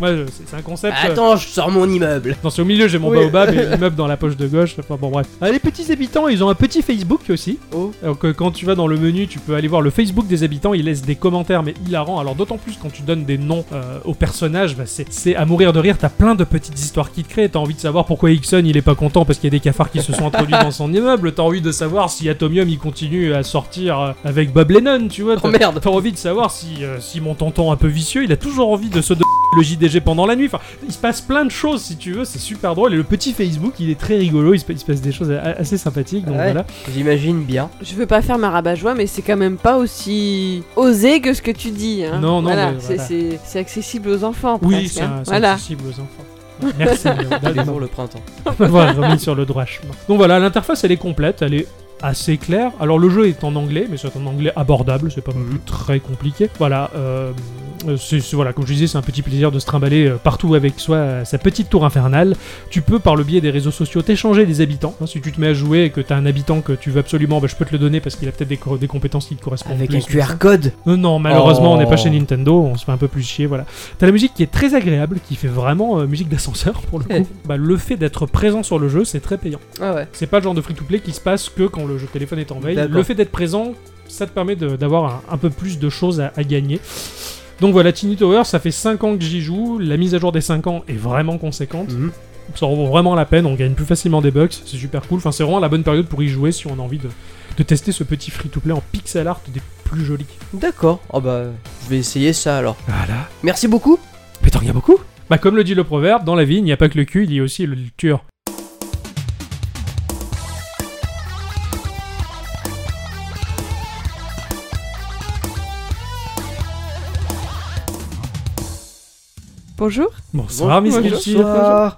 [SPEAKER 3] Moi, je- c'est c'est un concept. euh,
[SPEAKER 2] Attends, je sors mon immeuble.
[SPEAKER 3] non, c'est au milieu, j'ai mon
[SPEAKER 2] Oui.
[SPEAKER 3] baobab et l'immeuble dans la poche de gauche. Enfin, bon, bref. Ah, les petits habitants, ils ont un petit Facebook aussi.
[SPEAKER 2] Oh.
[SPEAKER 3] Alors que quand tu vas dans le menu, tu peux aller voir le Facebook des habitants. Ils laissent des commentaires, mais hilarants. Alors, d'autant plus quand tu donnes des noms euh, aux personnages, bah, c'est c'est à mourir de rire. T'as plein de petites histoires qui te créent. T'as envie de savoir pourquoi Ixon il est pas content parce qu'il y a des cafards qui se sont introduits dans son immeuble. T'as envie de savoir si Atomium il continue à sortir euh, avec Bob Lennon, tu vois.
[SPEAKER 2] Oh
[SPEAKER 3] T'as
[SPEAKER 2] merde.
[SPEAKER 3] t'as envie de savoir si, euh, si mon tonton un peu vicieux, il a toujours envie de se donner le JDG pendant la nuit. Enfin, il se passe plein de choses si tu veux, c'est super drôle. Et le petit Facebook, il est très rigolo, il se, pa- il se passe des choses a- assez sympathiques. Donc
[SPEAKER 2] Ouais.
[SPEAKER 3] voilà.
[SPEAKER 2] J'imagine bien.
[SPEAKER 7] Je veux pas faire ma rabat-joie, mais c'est quand même pas aussi osé que ce que tu dis. hein.
[SPEAKER 3] Non, non,
[SPEAKER 7] Voilà,
[SPEAKER 3] mais
[SPEAKER 7] c'est-
[SPEAKER 3] voilà.
[SPEAKER 7] C'est c'est accessible aux enfants.
[SPEAKER 3] Oui,
[SPEAKER 7] presque,
[SPEAKER 3] c'est
[SPEAKER 7] hein.
[SPEAKER 3] un- c'est
[SPEAKER 7] Voilà.
[SPEAKER 3] accessible aux enfants. Merci Léo,
[SPEAKER 9] pour le printemps.
[SPEAKER 3] d'avoir remis sur le droit chemin. Donc voilà, l'interface elle est complète, elle est assez claire. Alors le jeu est en anglais, mais c'est en anglais abordable, c'est pas non plus très compliqué. Voilà, euh, c'est, c'est- voilà, comme je disais, c'est un petit plaisir de se trimballer euh, partout avec soi euh, sa petite tour infernale. Tu peux par le biais des réseaux sociaux t'échanger des habitants. hein. si tu te mets à jouer et que t'as un habitant que tu veux absolument, bah, je peux te le donner parce qu'il a peut-être des, co- des compétences qui te correspondent.
[SPEAKER 9] Avec
[SPEAKER 3] plus,
[SPEAKER 9] un
[SPEAKER 3] ou ça.
[SPEAKER 9] QR code
[SPEAKER 3] Non, Euh, non, malheureusement,
[SPEAKER 9] Oh.
[SPEAKER 3] on n'est pas chez Nintendo, on se fait un peu plus chier, voilà. T'as la musique qui est très agréable, qui fait vraiment euh, musique d'ascenseur pour le coup. bah, le fait d'être présent sur le jeu, c'est très payant.
[SPEAKER 2] Ah ouais.
[SPEAKER 3] C'est pas le genre de free-to-play qui se passe que quand le jeu de téléphone est en veille.
[SPEAKER 9] D'accord.
[SPEAKER 3] Le fait d'être présent, ça te permet de- d'avoir un, un peu plus de choses à, à gagner. Donc voilà, Tiny Tower, ça fait 5 ans que j'y joue. La mise à jour des 5 ans est vraiment conséquente.
[SPEAKER 9] Mhm.
[SPEAKER 3] Ça en vaut vraiment la peine, on gagne plus facilement des bucks, c'est super cool. Enfin, c'est vraiment la bonne période pour y jouer si on a envie de, de tester ce petit free-to-play en pixel art des plus jolis.
[SPEAKER 9] D'accord. Oh bah, je vais essayer ça alors.
[SPEAKER 3] Voilà.
[SPEAKER 9] Merci beaucoup.
[SPEAKER 3] Mais t'en a beaucoup Bah comme le dit le proverbe, dans la vie, il n'y a pas que le cul, il y a aussi le tueur.
[SPEAKER 7] Bonjour.
[SPEAKER 3] Bonsoir, Miss
[SPEAKER 7] bonjour.
[SPEAKER 3] Culture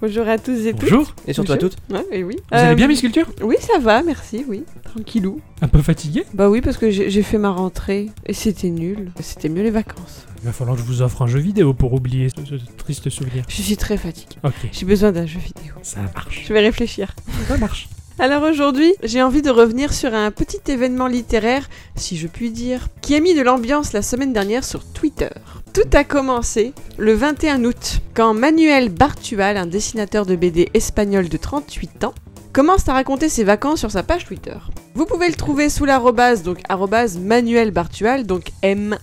[SPEAKER 7] Bonjour à tous et toutes.
[SPEAKER 3] Bonjour
[SPEAKER 9] Et surtout à
[SPEAKER 7] Monsieur.
[SPEAKER 9] toutes.
[SPEAKER 7] Ouais, et oui. Euh,
[SPEAKER 3] Vous allez bien, Miss Culture
[SPEAKER 7] Oui, ça va, merci, oui. Tranquillou.
[SPEAKER 3] Un peu fatigué
[SPEAKER 7] Bah oui, parce que j'ai j'ai fait ma rentrée et c'était nul. C'était mieux les vacances.
[SPEAKER 3] Il va falloir que je vous offre un jeu vidéo pour oublier ce, ce triste souvenir.
[SPEAKER 7] Je suis très fatiguée.
[SPEAKER 3] Ok,
[SPEAKER 7] J'ai besoin d'un jeu vidéo.
[SPEAKER 3] ça marche.
[SPEAKER 7] Je vais réfléchir.
[SPEAKER 3] Ça marche.
[SPEAKER 7] Alors aujourd'hui, j'ai envie de revenir sur un petit événement littéraire, si je puis dire, qui a mis de l'ambiance la semaine dernière sur Twitter. Tout a commencé le 21 août, quand Manuel Bartual, un dessinateur de BD espagnol de 38 ans, commence à raconter ses vacances sur sa page Twitter. Vous pouvez le trouver sous l'arrobase, donc arrobase Manuel Bartual, donc E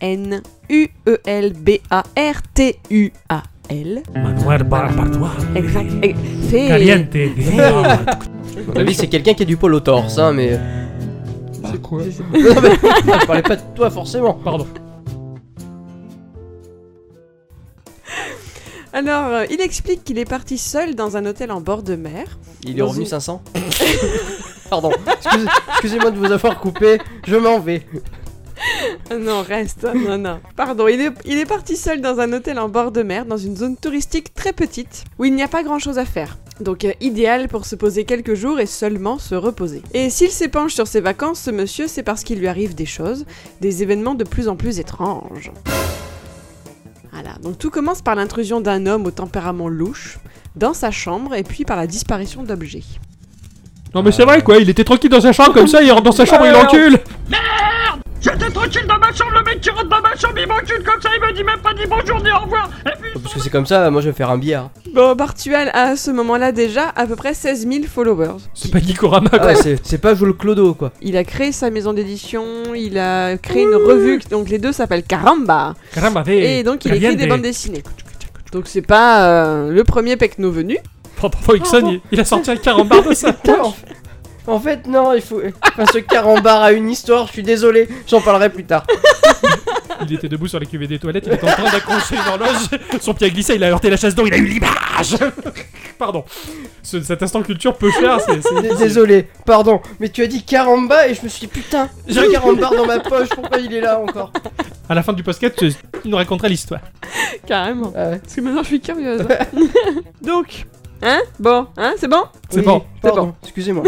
[SPEAKER 7] M-A-N-U-E-L-B-A-R-T-U-A-L.
[SPEAKER 3] Manuel Bar- Bartois.
[SPEAKER 7] Exact. Eh, C'est...
[SPEAKER 3] Caliente.
[SPEAKER 2] À mon avis, c'est quelqu'un qui a du polo torse, hein, mais.
[SPEAKER 3] Euh, bah, C'est quoi
[SPEAKER 2] non, mais. Je parlais pas de toi forcément.
[SPEAKER 3] Pardon.
[SPEAKER 7] Alors, euh, il explique qu'il est parti seul dans un hôtel en bord de mer.
[SPEAKER 2] Il est
[SPEAKER 7] Dans
[SPEAKER 2] revenu
[SPEAKER 7] une-
[SPEAKER 2] 500 Pardon, Excuse- excusez-moi de vous avoir coupé, je m'en vais.
[SPEAKER 7] Ah Non, reste, Ah non, non. Pardon, il est, il est parti seul dans un hôtel en bord de mer, dans une zone touristique très petite, où il n'y a pas grand-chose à faire. Donc euh, idéal pour se poser quelques jours et seulement se reposer. Et s'il s'épanche sur ses vacances, ce monsieur, c'est parce qu'il lui arrive des choses, des événements de plus en plus étranges. Voilà, donc tout commence par l'intrusion d'un homme au tempérament louche dans sa chambre et puis par la disparition d'objets.
[SPEAKER 3] Non mais c'est vrai quoi, il était tranquille dans sa chambre comme ça, il rentre dans sa chambre, il encule
[SPEAKER 2] Parce que c'est comme ça, moi je vais faire un billard.
[SPEAKER 3] Ah,
[SPEAKER 7] Bon, Bartual a à ce moment-là déjà à peu près 16 000 followers.
[SPEAKER 3] C'est pas Gikorama
[SPEAKER 2] Ah
[SPEAKER 3] quoi
[SPEAKER 2] ouais, c'est c'est pas jouer le clodo quoi.
[SPEAKER 7] Il a créé sa maison d'édition, il a créé une revue, donc les deux s'appellent Caramba.
[SPEAKER 3] Caramba,
[SPEAKER 7] Et donc il écrit des bandes dessinées. Donc c'est pas euh, le premier pecno venu.
[SPEAKER 3] Pardon, Ixon, il- il a sorti un carambar de ça
[SPEAKER 2] Putain, en- En fait, non, il faut. Enfin, ce carambar a une histoire, je suis désolé, j'en parlerai plus tard.
[SPEAKER 3] Il était debout sur la cuvée des toilettes, il était en train d'accrocher une horloge, son pied a glissé, il a heurté la chasse d'eau, il a eu l'image Pardon. Ce- cet instant culture peut faire, c'est... c'est-
[SPEAKER 2] D- Désolé, pardon, mais tu as dit caramba et je me suis dit putain, j'ai un carambar dans ma poche, pourquoi il est là encore
[SPEAKER 3] À la fin du podcast, tu- il nous raconterait l'histoire.
[SPEAKER 7] Carrément.
[SPEAKER 2] Ah ouais.
[SPEAKER 7] Parce que maintenant je suis curieuse. donc, hein Bon, hein C'est bon
[SPEAKER 3] C'est
[SPEAKER 2] Oui,
[SPEAKER 3] bon,
[SPEAKER 2] pardon,
[SPEAKER 7] c'est
[SPEAKER 2] excusez-moi.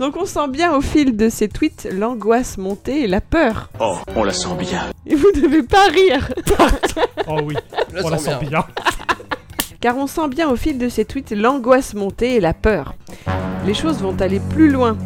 [SPEAKER 7] Donc on sent bien au fil de ces tweets l'angoisse monter et la peur.
[SPEAKER 5] Oh, on la sent bien.
[SPEAKER 7] Et vous devez pas rire
[SPEAKER 3] Oh oui,
[SPEAKER 2] Je
[SPEAKER 3] on la
[SPEAKER 2] sens
[SPEAKER 3] sent
[SPEAKER 2] bien.
[SPEAKER 3] bien.
[SPEAKER 7] Car on sent bien au fil de ces tweets l'angoisse monter et la peur. Les choses vont aller plus loin.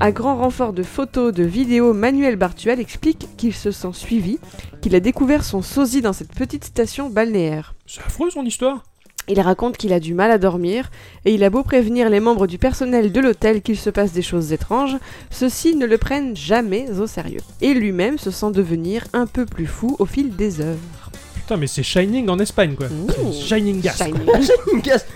[SPEAKER 7] À grand renfort de photos, de vidéos, Manuel Bartuel explique qu'il se sent suivi, qu'il a découvert son sosie dans cette petite station balnéaire.
[SPEAKER 3] C'est affreux son histoire.
[SPEAKER 7] Il raconte qu'il a du mal à dormir, et il a beau prévenir les membres du personnel de l'hôtel qu'il se passe des choses étranges, ceux-ci ne le prennent jamais au sérieux. Et lui-même se sent devenir un peu plus fou au fil des œuvres.
[SPEAKER 3] Putain, mais c'est Shining en Espagne, quoi.
[SPEAKER 7] Ouh.
[SPEAKER 3] Shining Gas. quoi.
[SPEAKER 7] Shining.
[SPEAKER 2] Une casse.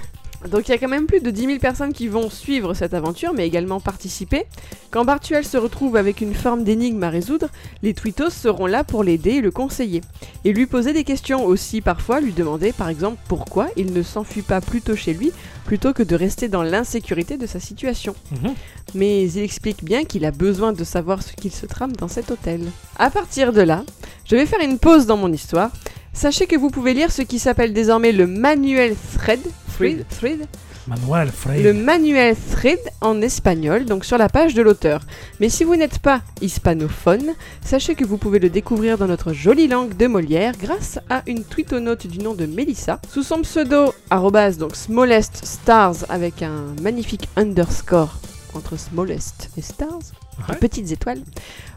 [SPEAKER 7] Donc il y a quand même plus de 10 000 personnes qui vont suivre cette aventure, mais également participer. Quand Bartuel se retrouve avec une forme d'énigme à résoudre, les Twitos seront là pour l'aider et le conseiller. Et lui poser des questions aussi parfois, lui demander par exemple pourquoi il ne s'enfuit pas plutôt chez lui, plutôt que de rester dans l'insécurité de sa situation.
[SPEAKER 3] Mhm.
[SPEAKER 7] Mais il explique bien qu'il a besoin de savoir ce qu'il se trame dans cet hôtel. À partir de là, je vais faire une pause dans mon histoire. Sachez que vous pouvez lire ce qui s'appelle désormais le manuel Thread, Thread, Thread
[SPEAKER 3] Manuel Frey.
[SPEAKER 7] le manuel Thread en espagnol, donc sur la page de l'auteur. Mais si vous n'êtes pas hispanophone, sachez que vous pouvez le découvrir dans notre jolie langue de Molière grâce à une tweetonote du nom de Melissa, sous son pseudo arrobase, donc smallest stars avec un magnifique underscore entre smallest et stars, des
[SPEAKER 3] Ouais.
[SPEAKER 7] petites étoiles.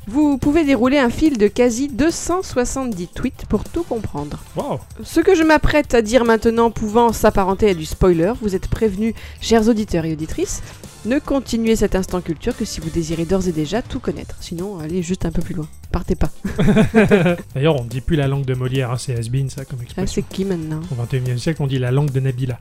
[SPEAKER 7] Vous pouvez dérouler un fil de quasi 270 tweets pour tout comprendre.
[SPEAKER 3] Wow.
[SPEAKER 7] Ce que je m'apprête à dire maintenant pouvant s'apparenter à du spoiler, vous êtes prévenus, chers auditeurs et auditrices, ne continuez cet instant culture que si vous désirez d'ores et déjà tout connaître. Sinon, allez juste un peu plus loin. Partez pas.
[SPEAKER 3] D'ailleurs, on ne dit plus la langue de Molière, hein, c'est has-been, ça, comme
[SPEAKER 7] Ah,
[SPEAKER 3] expression.
[SPEAKER 7] c'est qui maintenant
[SPEAKER 3] Au 21 siècle, on dit la langue de Nabila.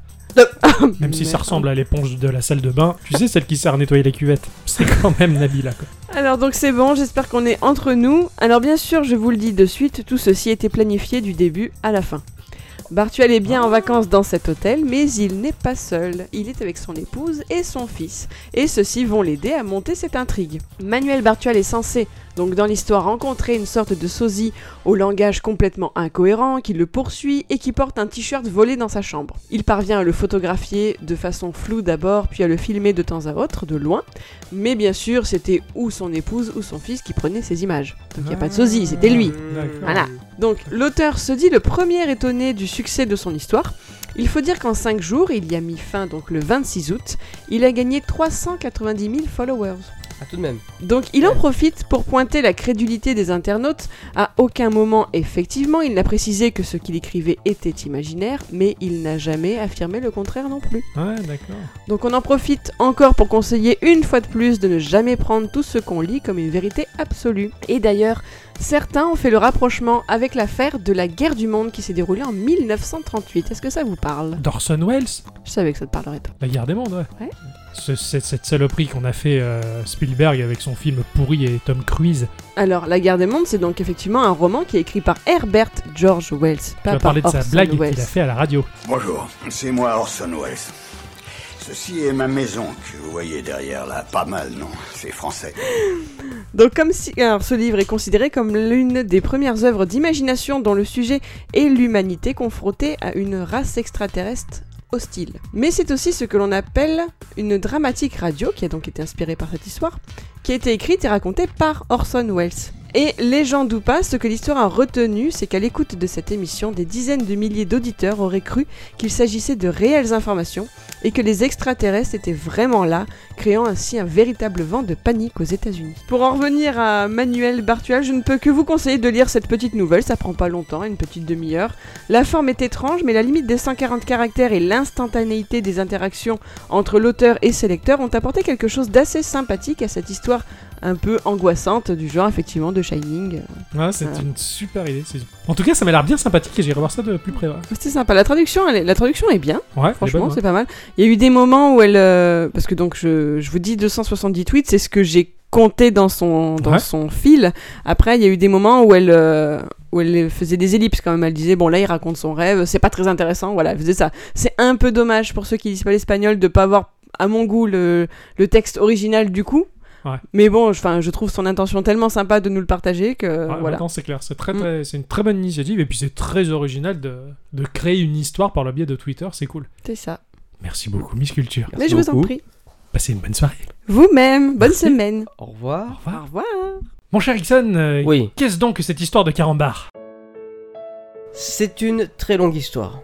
[SPEAKER 3] Même si ça ressemble à l'éponge de la salle de bain, tu sais, celle qui sert à nettoyer les cuvettes. C'est quand même Nabila, quoi.
[SPEAKER 7] Alors donc c'est bon, j'espère qu'on est entre nous. Alors bien sûr, je vous le dis de suite, tout ceci était planifié du début à la fin. Bartuel est bien en vacances dans cet hôtel, mais il n'est pas seul. Il est avec son épouse et son fils, et ceux-ci vont l'aider à monter cette intrigue. Manuel Bartuel est censé, donc dans l'histoire, rencontrer une sorte de sosie au langage complètement incohérent qui le poursuit et qui porte un t-shirt volé dans sa chambre. Il parvient à le photographier de façon floue d'abord, puis à le filmer de temps à autre, de loin, mais bien sûr, c'était ou son épouse ou son fils qui prenait ces images. Donc il n'y a pas de sosie, c'était lui.
[SPEAKER 3] D'accord.
[SPEAKER 7] Voilà. Donc l'auteur se dit le premier étonné du succès de son histoire. Il faut dire qu'en 5 jours, il y a mis fin donc le 26 août, il a gagné 390 000 followers.
[SPEAKER 2] Ah, tout de même.
[SPEAKER 7] Donc il en profite pour pointer la crédulité des internautes. À aucun moment, effectivement, il n'a précisé que ce qu'il écrivait était imaginaire, mais il n'a jamais affirmé le contraire non plus.
[SPEAKER 3] Ouais, d'accord.
[SPEAKER 7] Donc on en profite encore pour conseiller une fois de plus de ne jamais prendre tout ce qu'on lit comme une vérité absolue. Et d'ailleurs, certains ont fait le rapprochement avec l'affaire de la guerre du monde qui s'est déroulée en 1938. Est-ce que ça vous parle
[SPEAKER 3] Dorson Welles,
[SPEAKER 7] Je savais que ça te parlerait pas.
[SPEAKER 3] la guerre des mondes, ouais.
[SPEAKER 7] Ouais.
[SPEAKER 3] Ce- cette, cette saloperie qu'on a fait euh, Spielberg avec son film pourri et Tom Cruise.
[SPEAKER 7] Alors, La guerre des mondes, c'est donc effectivement un roman qui est écrit par Herbert George Wells.
[SPEAKER 3] Tu as
[SPEAKER 7] Pas par
[SPEAKER 3] parlé de sa
[SPEAKER 7] Orson
[SPEAKER 3] blague
[SPEAKER 7] Welles.
[SPEAKER 3] qu'il a fait à la radio.
[SPEAKER 4] Bonjour, c'est moi Orson Welles. Ceci est ma maison que vous voyez derrière là. Pas mal, non C'est français.
[SPEAKER 7] Donc comme si alors, ce livre est considéré comme l'une des premières œuvres d'imagination dont le sujet est l'humanité confrontée à une race extraterrestre hostile. Mais c'est aussi ce que l'on appelle une dramatique radio qui a donc été inspirée par cette histoire, qui a été écrite et racontée par Orson Welles. Et légende ou pas, ce que l'histoire a retenu, c'est qu'à l'écoute de cette émission, des dizaines de milliers d'auditeurs auraient cru qu'il s'agissait de réelles informations et que les extraterrestres étaient vraiment là, créant ainsi un véritable vent de panique aux États-Unis. Pour en revenir à Manuel Bartuel, je ne peux que vous conseiller de lire cette petite nouvelle, ça prend pas longtemps, une petite demi-heure. La forme est étrange, mais la limite des 140 caractères et l'instantanéité des interactions entre l'auteur et ses lecteurs ont apporté quelque chose d'assez sympathique à cette histoire un peu angoissante du genre effectivement de Shining.
[SPEAKER 3] Ouais, c'est
[SPEAKER 7] Voilà.
[SPEAKER 3] une super idée. c'est- En tout cas, ça m'a l'air bien sympathique et j'irai voir ça de plus près. Ouais,
[SPEAKER 7] C'était sympa, la traduction, elle est- la traduction est bien.
[SPEAKER 3] Ouais, elle est bonne,
[SPEAKER 7] Franchement,
[SPEAKER 3] ouais.
[SPEAKER 7] c'est pas mal. Il y a eu des moments où elle. euh, parce que donc, je, je vous dis 270 tweets, c'est ce que j'ai compté dans son, dans
[SPEAKER 3] Ouais.
[SPEAKER 7] son fil. Après, il y a eu des moments où elle. euh, où elle faisait des ellipses quand même, elle disait bon là il raconte son rêve, c'est pas très intéressant, voilà, elle faisait ça. C'est un peu dommage pour ceux qui lisent pas l'espagnol de pas avoir à mon goût le, le texte original du coup.
[SPEAKER 3] Ouais.
[SPEAKER 7] Mais bon, je, 'fin, je trouve son intention tellement sympa de nous le partager que
[SPEAKER 3] Ouais,
[SPEAKER 7] euh,
[SPEAKER 3] bah,
[SPEAKER 7] voilà.
[SPEAKER 3] maintenant, c'est clair, c'est très,
[SPEAKER 7] Mm.
[SPEAKER 3] très- c'est une très bonne initiative et puis c'est très original de, de créer une histoire par le biais de Twitter, c'est cool.
[SPEAKER 7] C'est ça.
[SPEAKER 3] Merci beaucoup, Miss Culture.
[SPEAKER 7] Mais je vous en prie.
[SPEAKER 3] Passez une bonne soirée.
[SPEAKER 7] Vous-même, bonne semaine.
[SPEAKER 9] Au
[SPEAKER 3] Au
[SPEAKER 9] revoir.
[SPEAKER 7] Au
[SPEAKER 3] revoir.
[SPEAKER 7] revoir.
[SPEAKER 3] Mon cher Ixon, euh,
[SPEAKER 9] Oui.
[SPEAKER 3] qu'est-ce donc que cette histoire de carambar
[SPEAKER 9] C'est une très longue histoire.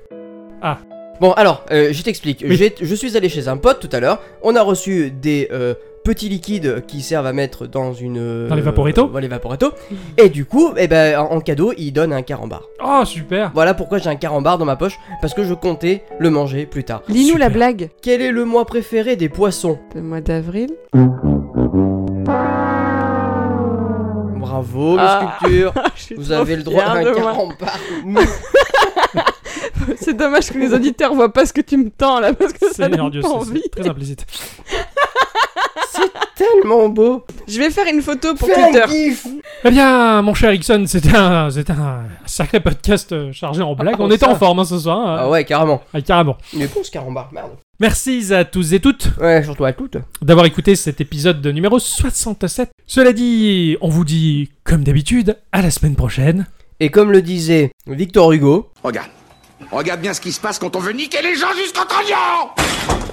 [SPEAKER 3] Ah.
[SPEAKER 9] Bon, alors, euh, je t'explique.
[SPEAKER 3] Oui.
[SPEAKER 9] J'ai- Je suis allé chez un pote tout à l'heure. On a reçu des euh, petits liquides qui servent à mettre dans une. euh,
[SPEAKER 3] Dans les vaporetto
[SPEAKER 9] Dans les vaporetto. Et du coup, eh ben, en en cadeau, il donne un carambar.
[SPEAKER 3] Oh, super
[SPEAKER 9] Voilà pourquoi j'ai un carambar dans ma poche. Parce que je comptais le manger plus tard.
[SPEAKER 7] Lis-nous la
[SPEAKER 3] Super.
[SPEAKER 7] blague.
[SPEAKER 9] Quel est le mois préféré des poissons
[SPEAKER 7] Le mois d'avril.
[SPEAKER 9] Bravo,
[SPEAKER 7] Ah.
[SPEAKER 9] la sculpture.
[SPEAKER 7] Je suis
[SPEAKER 9] Vous
[SPEAKER 7] trop Ah,
[SPEAKER 9] avez le droit à
[SPEAKER 7] fière
[SPEAKER 9] un
[SPEAKER 7] de moi.
[SPEAKER 9] carambar mou.
[SPEAKER 7] C'est dommage que les auditeurs voient pas ce que tu me tends là, parce que ça
[SPEAKER 3] C'est
[SPEAKER 7] donne
[SPEAKER 3] merdieux,
[SPEAKER 7] pas
[SPEAKER 3] c'est-
[SPEAKER 7] envie.
[SPEAKER 3] c'est très implicite.
[SPEAKER 2] Tellement beau.
[SPEAKER 7] Je vais faire une photo pour
[SPEAKER 2] Fais un
[SPEAKER 7] Twitter.
[SPEAKER 2] gif.
[SPEAKER 3] Eh bien, mon cher Ixon, c'était un, c'était un sacré podcast euh, chargé en
[SPEAKER 7] Ah,
[SPEAKER 3] blagues. On
[SPEAKER 2] ça.
[SPEAKER 3] était en forme hein, ce soir, hein.
[SPEAKER 2] Ah ouais, carrément.
[SPEAKER 3] Ah, carrément.
[SPEAKER 2] Il est bon ce carambar, merde.
[SPEAKER 3] Merci à tous et toutes
[SPEAKER 2] Ouais, surtout à toutes.
[SPEAKER 3] d'avoir écouté cet épisode de numéro 67. Cela dit, on vous dit, comme d'habitude, à la semaine prochaine.
[SPEAKER 2] Et comme le disait Victor Hugo,
[SPEAKER 10] Regarde. Regarde bien ce qui se passe quand on veut niquer les gens jusqu'en trognon